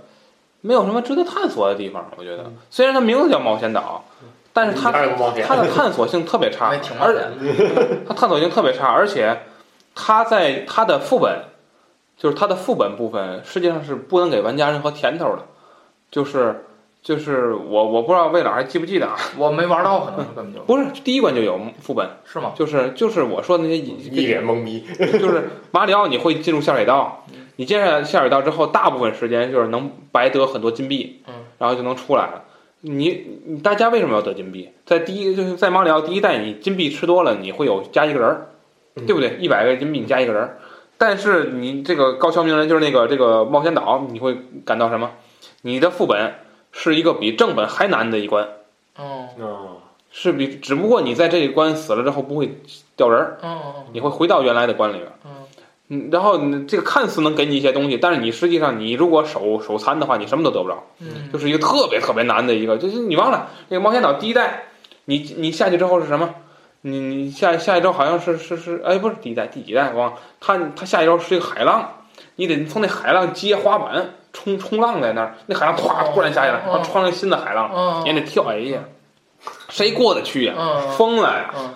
没有什么值得探索的地方。我觉得，虽然它名字叫冒险岛，但是它哪有嗯个冒险它的探索性特别差还，挺冒险而它探索性特别差，而且它在它的副本，就是它的副本部分，实际上是不能给玩家任何甜头的，就是。就是我，我不知道魏老还记不记得啊？我没玩到，可能根本就不是第一关就有副本，是吗？就是就是我说的那些隐一脸懵逼，就是马里奥，你会进入下水道，你进上下水道之后，大部分时间就是能白得很多金币，嗯，然后就能出来了。你你大家为什么要得金币？在第一就是在马里奥第一代，你金币吃多了，你会有加一个人儿，对不对？一百个金币你加一个人儿，但是你这个高桥名人就是那个这个冒险岛，你会感到什么？你的副本是一个比正本还难的一关，嗯嗯，是比只不过你在这一关死了之后不会掉人儿，嗯你会回到原来的关里边。嗯嗯，然后你这个看似能给你一些东西，但是你实际上你如果手手残的话，你什么都得不着，嗯，就是一个特别特别难的一个，就是你忘了那个冒险岛第一代，你你下去之后是什么？你你下下一周好像是是是，哎，不是第一代，第几代忘了？它它下一周是一个海浪，你得从那海浪接滑板冲冲浪在那儿，那海浪唰突然下起来，然后穿上新的海浪，嗯你还得跳哎呀，谁过得去呀、嗯疯了呀！嗯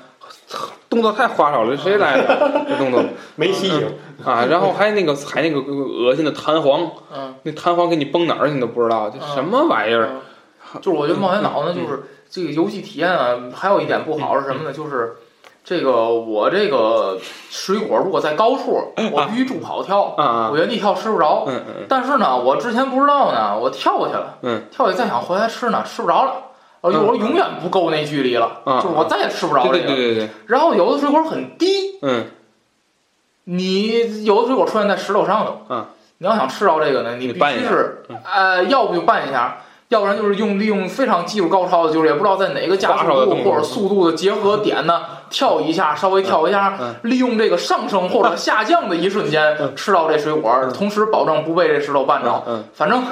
动作太花哨了，谁来的这动作没吸引，啊？然后还有那个还那个恶心的弹簧，嗯，那弹簧给你崩哪儿你都不知道，这嗯什么玩意儿？就是我觉得冒险岛呢，嗯就是这个游戏体验啊，还有一点不好是什么呢？就是这个我这个水果如果在高处， 我必须助跑跳，啊啊我！原地跳吃不着。嗯嗯但是呢，我之前不知道呢，我跳过去了，嗯，跳过去再想回来吃呢，吃不着了，我就嗯我永远不够那距离了，嗯就是我再也吃不着嗯，这个。对对对对对，然后有的水果很低，嗯你有的水果出现在石头上头，嗯，你要想吃到这个呢，你必拌一须下嗯是呃，要不就拌一下。要不然就是用利用非常技术高超的，就是也不知道在哪个加花哨速的度动作或者速度的结合点呢，跳一下，稍微跳一下，嗯利用这个上升或者下降的一瞬间、嗯吃到这水果，同时保证不被这石头绊着。嗯嗯，反正，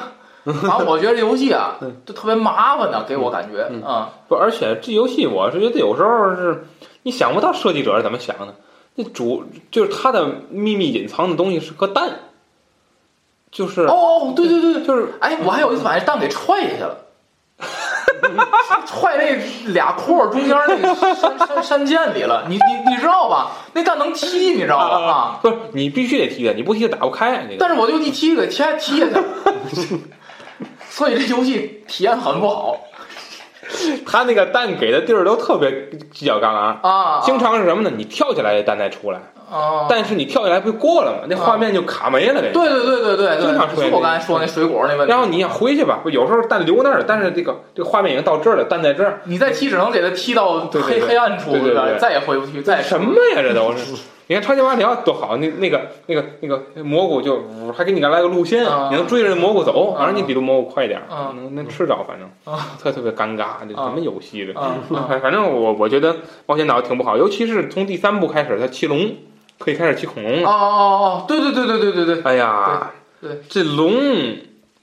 反正我觉得这游戏啊嗯，就特别麻烦的，给我感觉嗯啊，不，而且这游戏我是觉得有时候是你想不到设计者是怎么想的，那主就是它的秘密隐藏的东西是颗蛋，就是哦哦，对对对对，就是哎，我还有一次把那蛋给踹下去了， 踹那俩库儿中间那个山山山涧里了。你你你知道吧？那蛋能踢，你知道吧？啊！不是你必须得踢的，你不踢就打不开。那个但是我就一踢给踢踢下去了， 所以这游戏体验很不好他那个蛋给的地儿都特别犄角旮旯。啊。经常是什么呢？你跳起来这蛋再出来，啊，但是你跳起来不就过了吗？那画面就卡没了，给你。对对对对对经常出对，现是我刚才说那水果那问题。然后你想回去吧，不有时候蛋留那儿了，但是这个这个画面已经到这儿了，蛋在这儿，你再踢，只能给它踢到对对黑对黑暗处，对对对吧？再也回不去，再也什么呀？这都 是。你看超级马里奥多好，那那个那个那个蘑菇就呜还给你来个路线，啊你能追着蘑菇走，啊反正你比这蘑菇快点儿，啊能能吃着，反正特特别尴尬，这啊什么游戏这？啊啊反反正我我觉得冒险岛挺不好，尤其是从第三部开始，它骑龙可以开始骑恐龙了。哦哦哦，对对对对对对对，哎呀，对对这龙，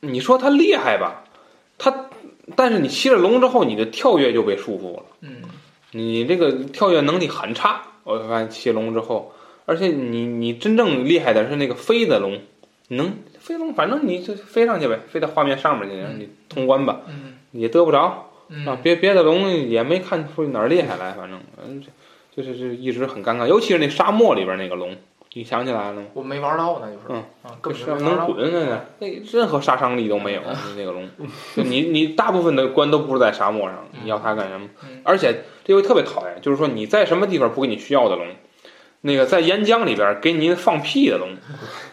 你说它厉害吧？它，但是你骑了龙之后，你的跳跃就被束缚了，嗯你这个跳跃能力很差。我发现骑龙之后，而且你你真正厉害的是那个飞的龙，你能飞龙，反正你就飞上去呗，飞到画面上面去，让你通关吧，嗯也得不着嗯啊。别别的龙也没看出哪儿厉害来，反正嗯，这就是就一直很尴尬，尤其是那沙漠里边那个龙，你想起来了吗？我没玩到呢，就是，嗯啊，根就本是就没能玩到。滚嗯在那儿，那任何杀伤力都没有。那个龙，就你你大部分的关都不是在沙漠上，嗯你要它干什么嗯？而且这游戏特别讨厌，就是说你在什么地方不给你需要的龙，那个在岩浆里边给你一个放屁的龙，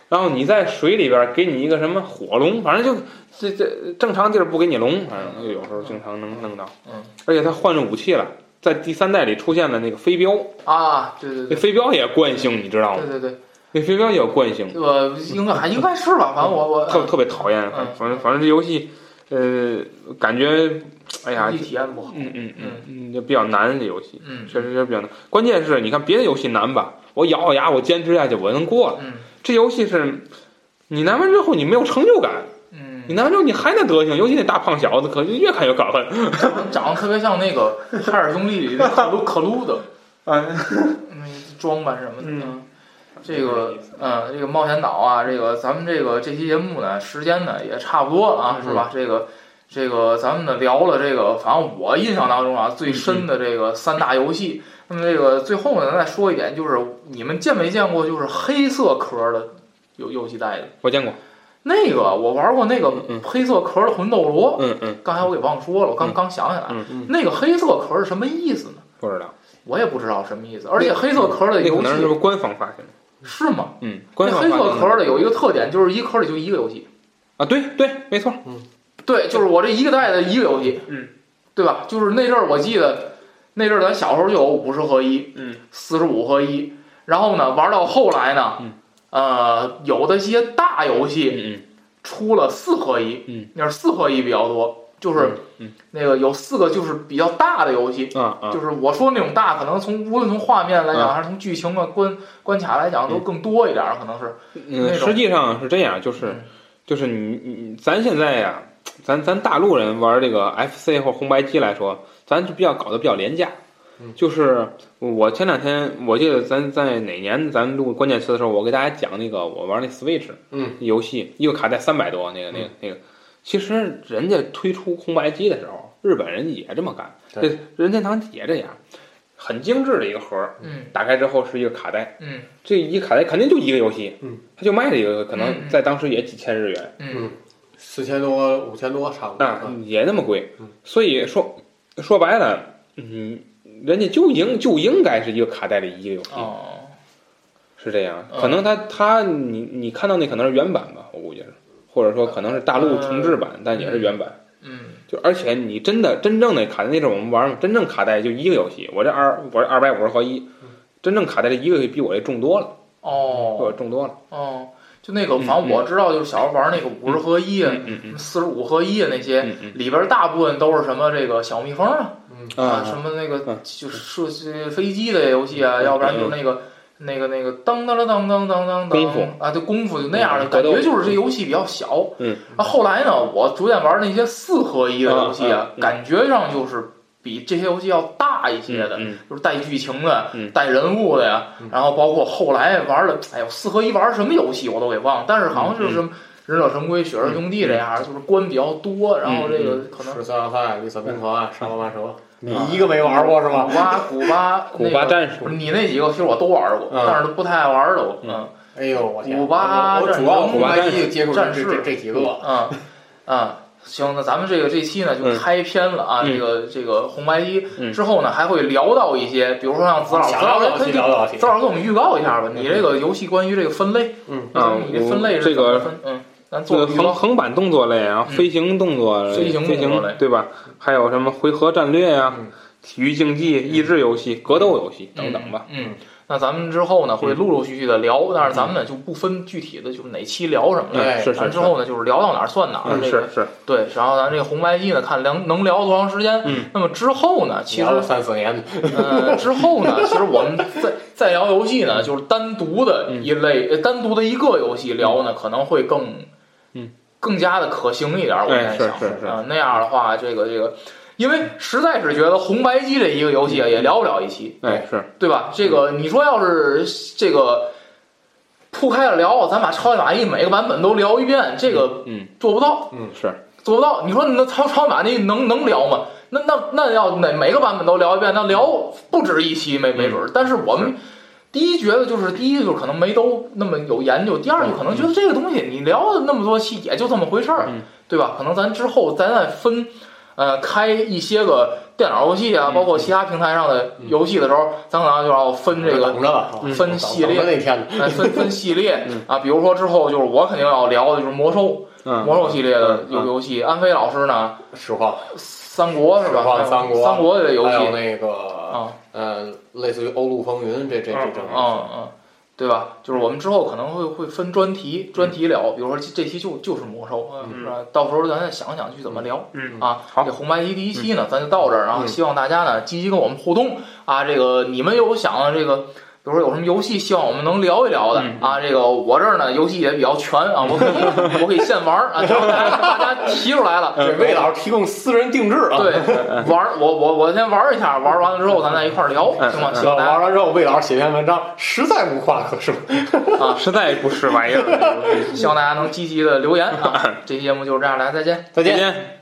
然后你在水里边给你一个什么火龙，反正就这这正常地儿不给你龙，反正就有时候经常能弄到。嗯，而且它换了武器了，在第三代里出现了那个飞镖，啊，对对那对飞镖也惯性，你知道吗？对对对，那飞镖也有惯性。我应该还应该是吧，反正我我特特别讨厌，嗯反反正反正这游戏呃，感觉，哎呀，游戏体验不好。嗯嗯嗯嗯，就比较难这游戏，嗯确实是比较难。关键是你看别的游戏难吧，我咬咬牙，我坚持下去，我能过了。嗯这游戏是，你难完之后你没有成就感，你嗯，难完之后你还那德行，尤其那大胖小子，可就越看越搞恨。长得特别像那个 《海尔兄弟》里那可鲁可鲁嗯的，啊，那嗯装扮是什么的。嗯嗯这个，嗯，这个冒险岛啊，这个咱们这个这期节目呢，时间呢也差不多了啊，嗯是吧？这个，这个咱们呢聊了这个，反正我印象当中啊最深的这个三大游戏。那么这个最后呢，再说一点，就是你们见没见过就是黑色壳的游游戏袋子？我见过，那个我玩过那个嗯嗯黑色壳的魂斗罗，嗯嗯，刚才我给忘说了，我刚嗯刚想起来，嗯嗯那个黑色壳是什么意思呢？不知道，我也不知道什么意思。而且黑色壳的那可游能是戏不是官方发行的？是吗？嗯，官那方黑发行色壳的有一个特点，就是一壳里就一个游戏。啊，对对，没错，对，就是我这一个袋子一个游戏，嗯，对吧？就是那阵儿我记得，那阵儿咱小时候就有五十合一，嗯，四十五合一。然后呢，玩到后来呢，嗯呃，有的些大游戏嗯嗯出了四合一，嗯，那是四合一比较多，就是嗯那个有四个就是比较大的游戏，啊啊，就是我说那种大，可能从无论从画面来嗯讲，还是从剧情啊、关关卡来讲，都嗯更多一点儿，可能是。嗯，那种实际上是这样，就是嗯就是你你咱现在呀、咱咱大陆人玩这个 FC 或红白机来说，咱就比较搞得比较廉价嗯。就是我前两天我记得咱在哪年咱录关键词的时候，我给大家讲那个我玩那 Switch 嗯游戏，一个卡带三百多，那个那个那个，其实人家推出红白机的时候，日本人也这么干，对这任天堂也这样，很精致的一个盒儿，嗯打开之后是一个卡带。嗯这一卡带肯定就一个游戏，嗯，他就卖了一个，可嗯能嗯在当时也几千日元，嗯四千多、五千多差不多。那也那么贵嗯，所以说说白了，嗯，人家就应就应该是一个卡带里一个游戏，哦，是这样。嗯可能他他你你看到那可能是原版吧，我估计是，或者说可能是大陆重制版，但也是原版。嗯就而且你真的真正的卡带那阵我们玩嘛，真正卡带就一个游戏，我这二我这二百五十合一，真正卡带这一个游戏比我这重多了，比我嗯哦重多了。哦，就那个，嗯反正我知道，就是小时候玩那个五十合一、啊嗯嗯嗯四十五合一啊那些，嗯嗯里边大部分都是什么这个小蜜蜂啊，嗯嗯啊，什么那个嗯就是射击飞机的游戏啊，嗯要不然就是那个那个那个噔噔噔噔噔噔噔功夫啊，对功夫就那样的嗯感格觉，斗就是这游戏比较小。嗯，啊，后来呢，我逐渐玩那些四合一的游戏嗯啊嗯，嗯感觉上就是比这些游戏要大一些的，嗯就是带剧情的嗯、带人物的呀嗯，然后包括后来玩的，哎呦，四合一玩什么游戏我都给忘了，但是好像就是什么忍者神龟、雪人兄弟这样，就是关比较多，然后这个可能十三号赛、绿色兵团、啊沙漠慢蛇，你嗯一个没玩过是吧？古巴、古巴、古巴战士不是你那几个，其实我都玩过，嗯但是都不太爱玩的我。嗯嗯哎呦，我天！古巴我我战主要争古巴一接触这战这士这这几个，嗯嗯，行，那咱们这个这期呢就嗯开篇了啊，嗯这个这个红白机嗯之后呢还会聊到一些，比如说像子老，想聊子老聊可去以聊聊去子。老给我们预告一下吧，你这个游戏关于这个分类，嗯咱嗯们你这分类是这怎么个分？嗯，咱这做个个预横告。横版动作类，然后嗯飞行动作类、飞行动作类对吧？还有什么回合战略呀、嗯体育竞嗯技、益智游戏、格斗游戏等等吧。嗯，嗯，那咱们之后呢嗯会陆陆续续的聊，但是咱们呢就不分具体的就是哪期聊什么了，嗯嗯，是咱是是，之后呢就是聊到哪儿算哪儿，嗯这个是是，对，然后咱这个红白机呢，看能能聊多长时间。嗯，那么之后呢，其实聊了三四年，呃，之后呢，其实我们再再聊游戏呢，就是单独的嗯一类，呃单独的一个游戏聊呢，可能会更，嗯，更加的可行一点。我现哎在是想是是，啊，那样的话，这个这个，因为实在是觉得红白机这一个游戏啊，也聊不了一期，哎是，对吧？这个你说要是这个铺开了聊，咱把超级玛丽每个版本都聊一遍，这个嗯做不到。是，做不到。你说那超超马那能能聊吗？那那那要哪每个版本都聊一遍，那聊不止一期没没准儿。但是我们第一觉得就是第一就可能没都那么有研究，第二就可能觉得这个东西你聊了那么多期也就这么回事儿嗯，对吧？可能咱之后咱再分。呃，开一些个电脑游戏啊，包括其他平台上的游戏的时候，咱可能就要分这个等着吧，嗯分系列 等着那天呢呃分分系列嗯啊，比如说之后就是我肯定要聊的就是魔兽嗯魔兽系列的嗯游游戏，安飞老师呢实况，三国是吧？实况三国三国的游还有戏那个啊，呃，类似于《欧陆风云》这这这哦嗯这种嗯嗯，对吧？就是我们之后可能会会分专题，专题聊，比如说这这期就就是魔兽，嗯是吧？到时候咱再想想去怎么聊。嗯啊，好这红白机第一期呢，咱就到这儿，然后嗯希望大家呢积极跟我们互动啊。这个你们有想啊这个，比如说有什么游戏希望我们能聊一聊的嗯啊？这个我这儿呢游戏也比较全啊，我可 以我可以现玩儿啊，只要大家大家提出来了，嗯给魏老师提供私人定制啊。对，玩儿我我我先玩儿一下，玩儿完了之后咱再一块儿聊，嗯行吗？然行，后大家玩完之后，魏老师写篇文章，实在无话可说。实在 不是玩意儿。嗯希望大家能积极的留言啊！这期节目就是这样，大家再见。再见。见。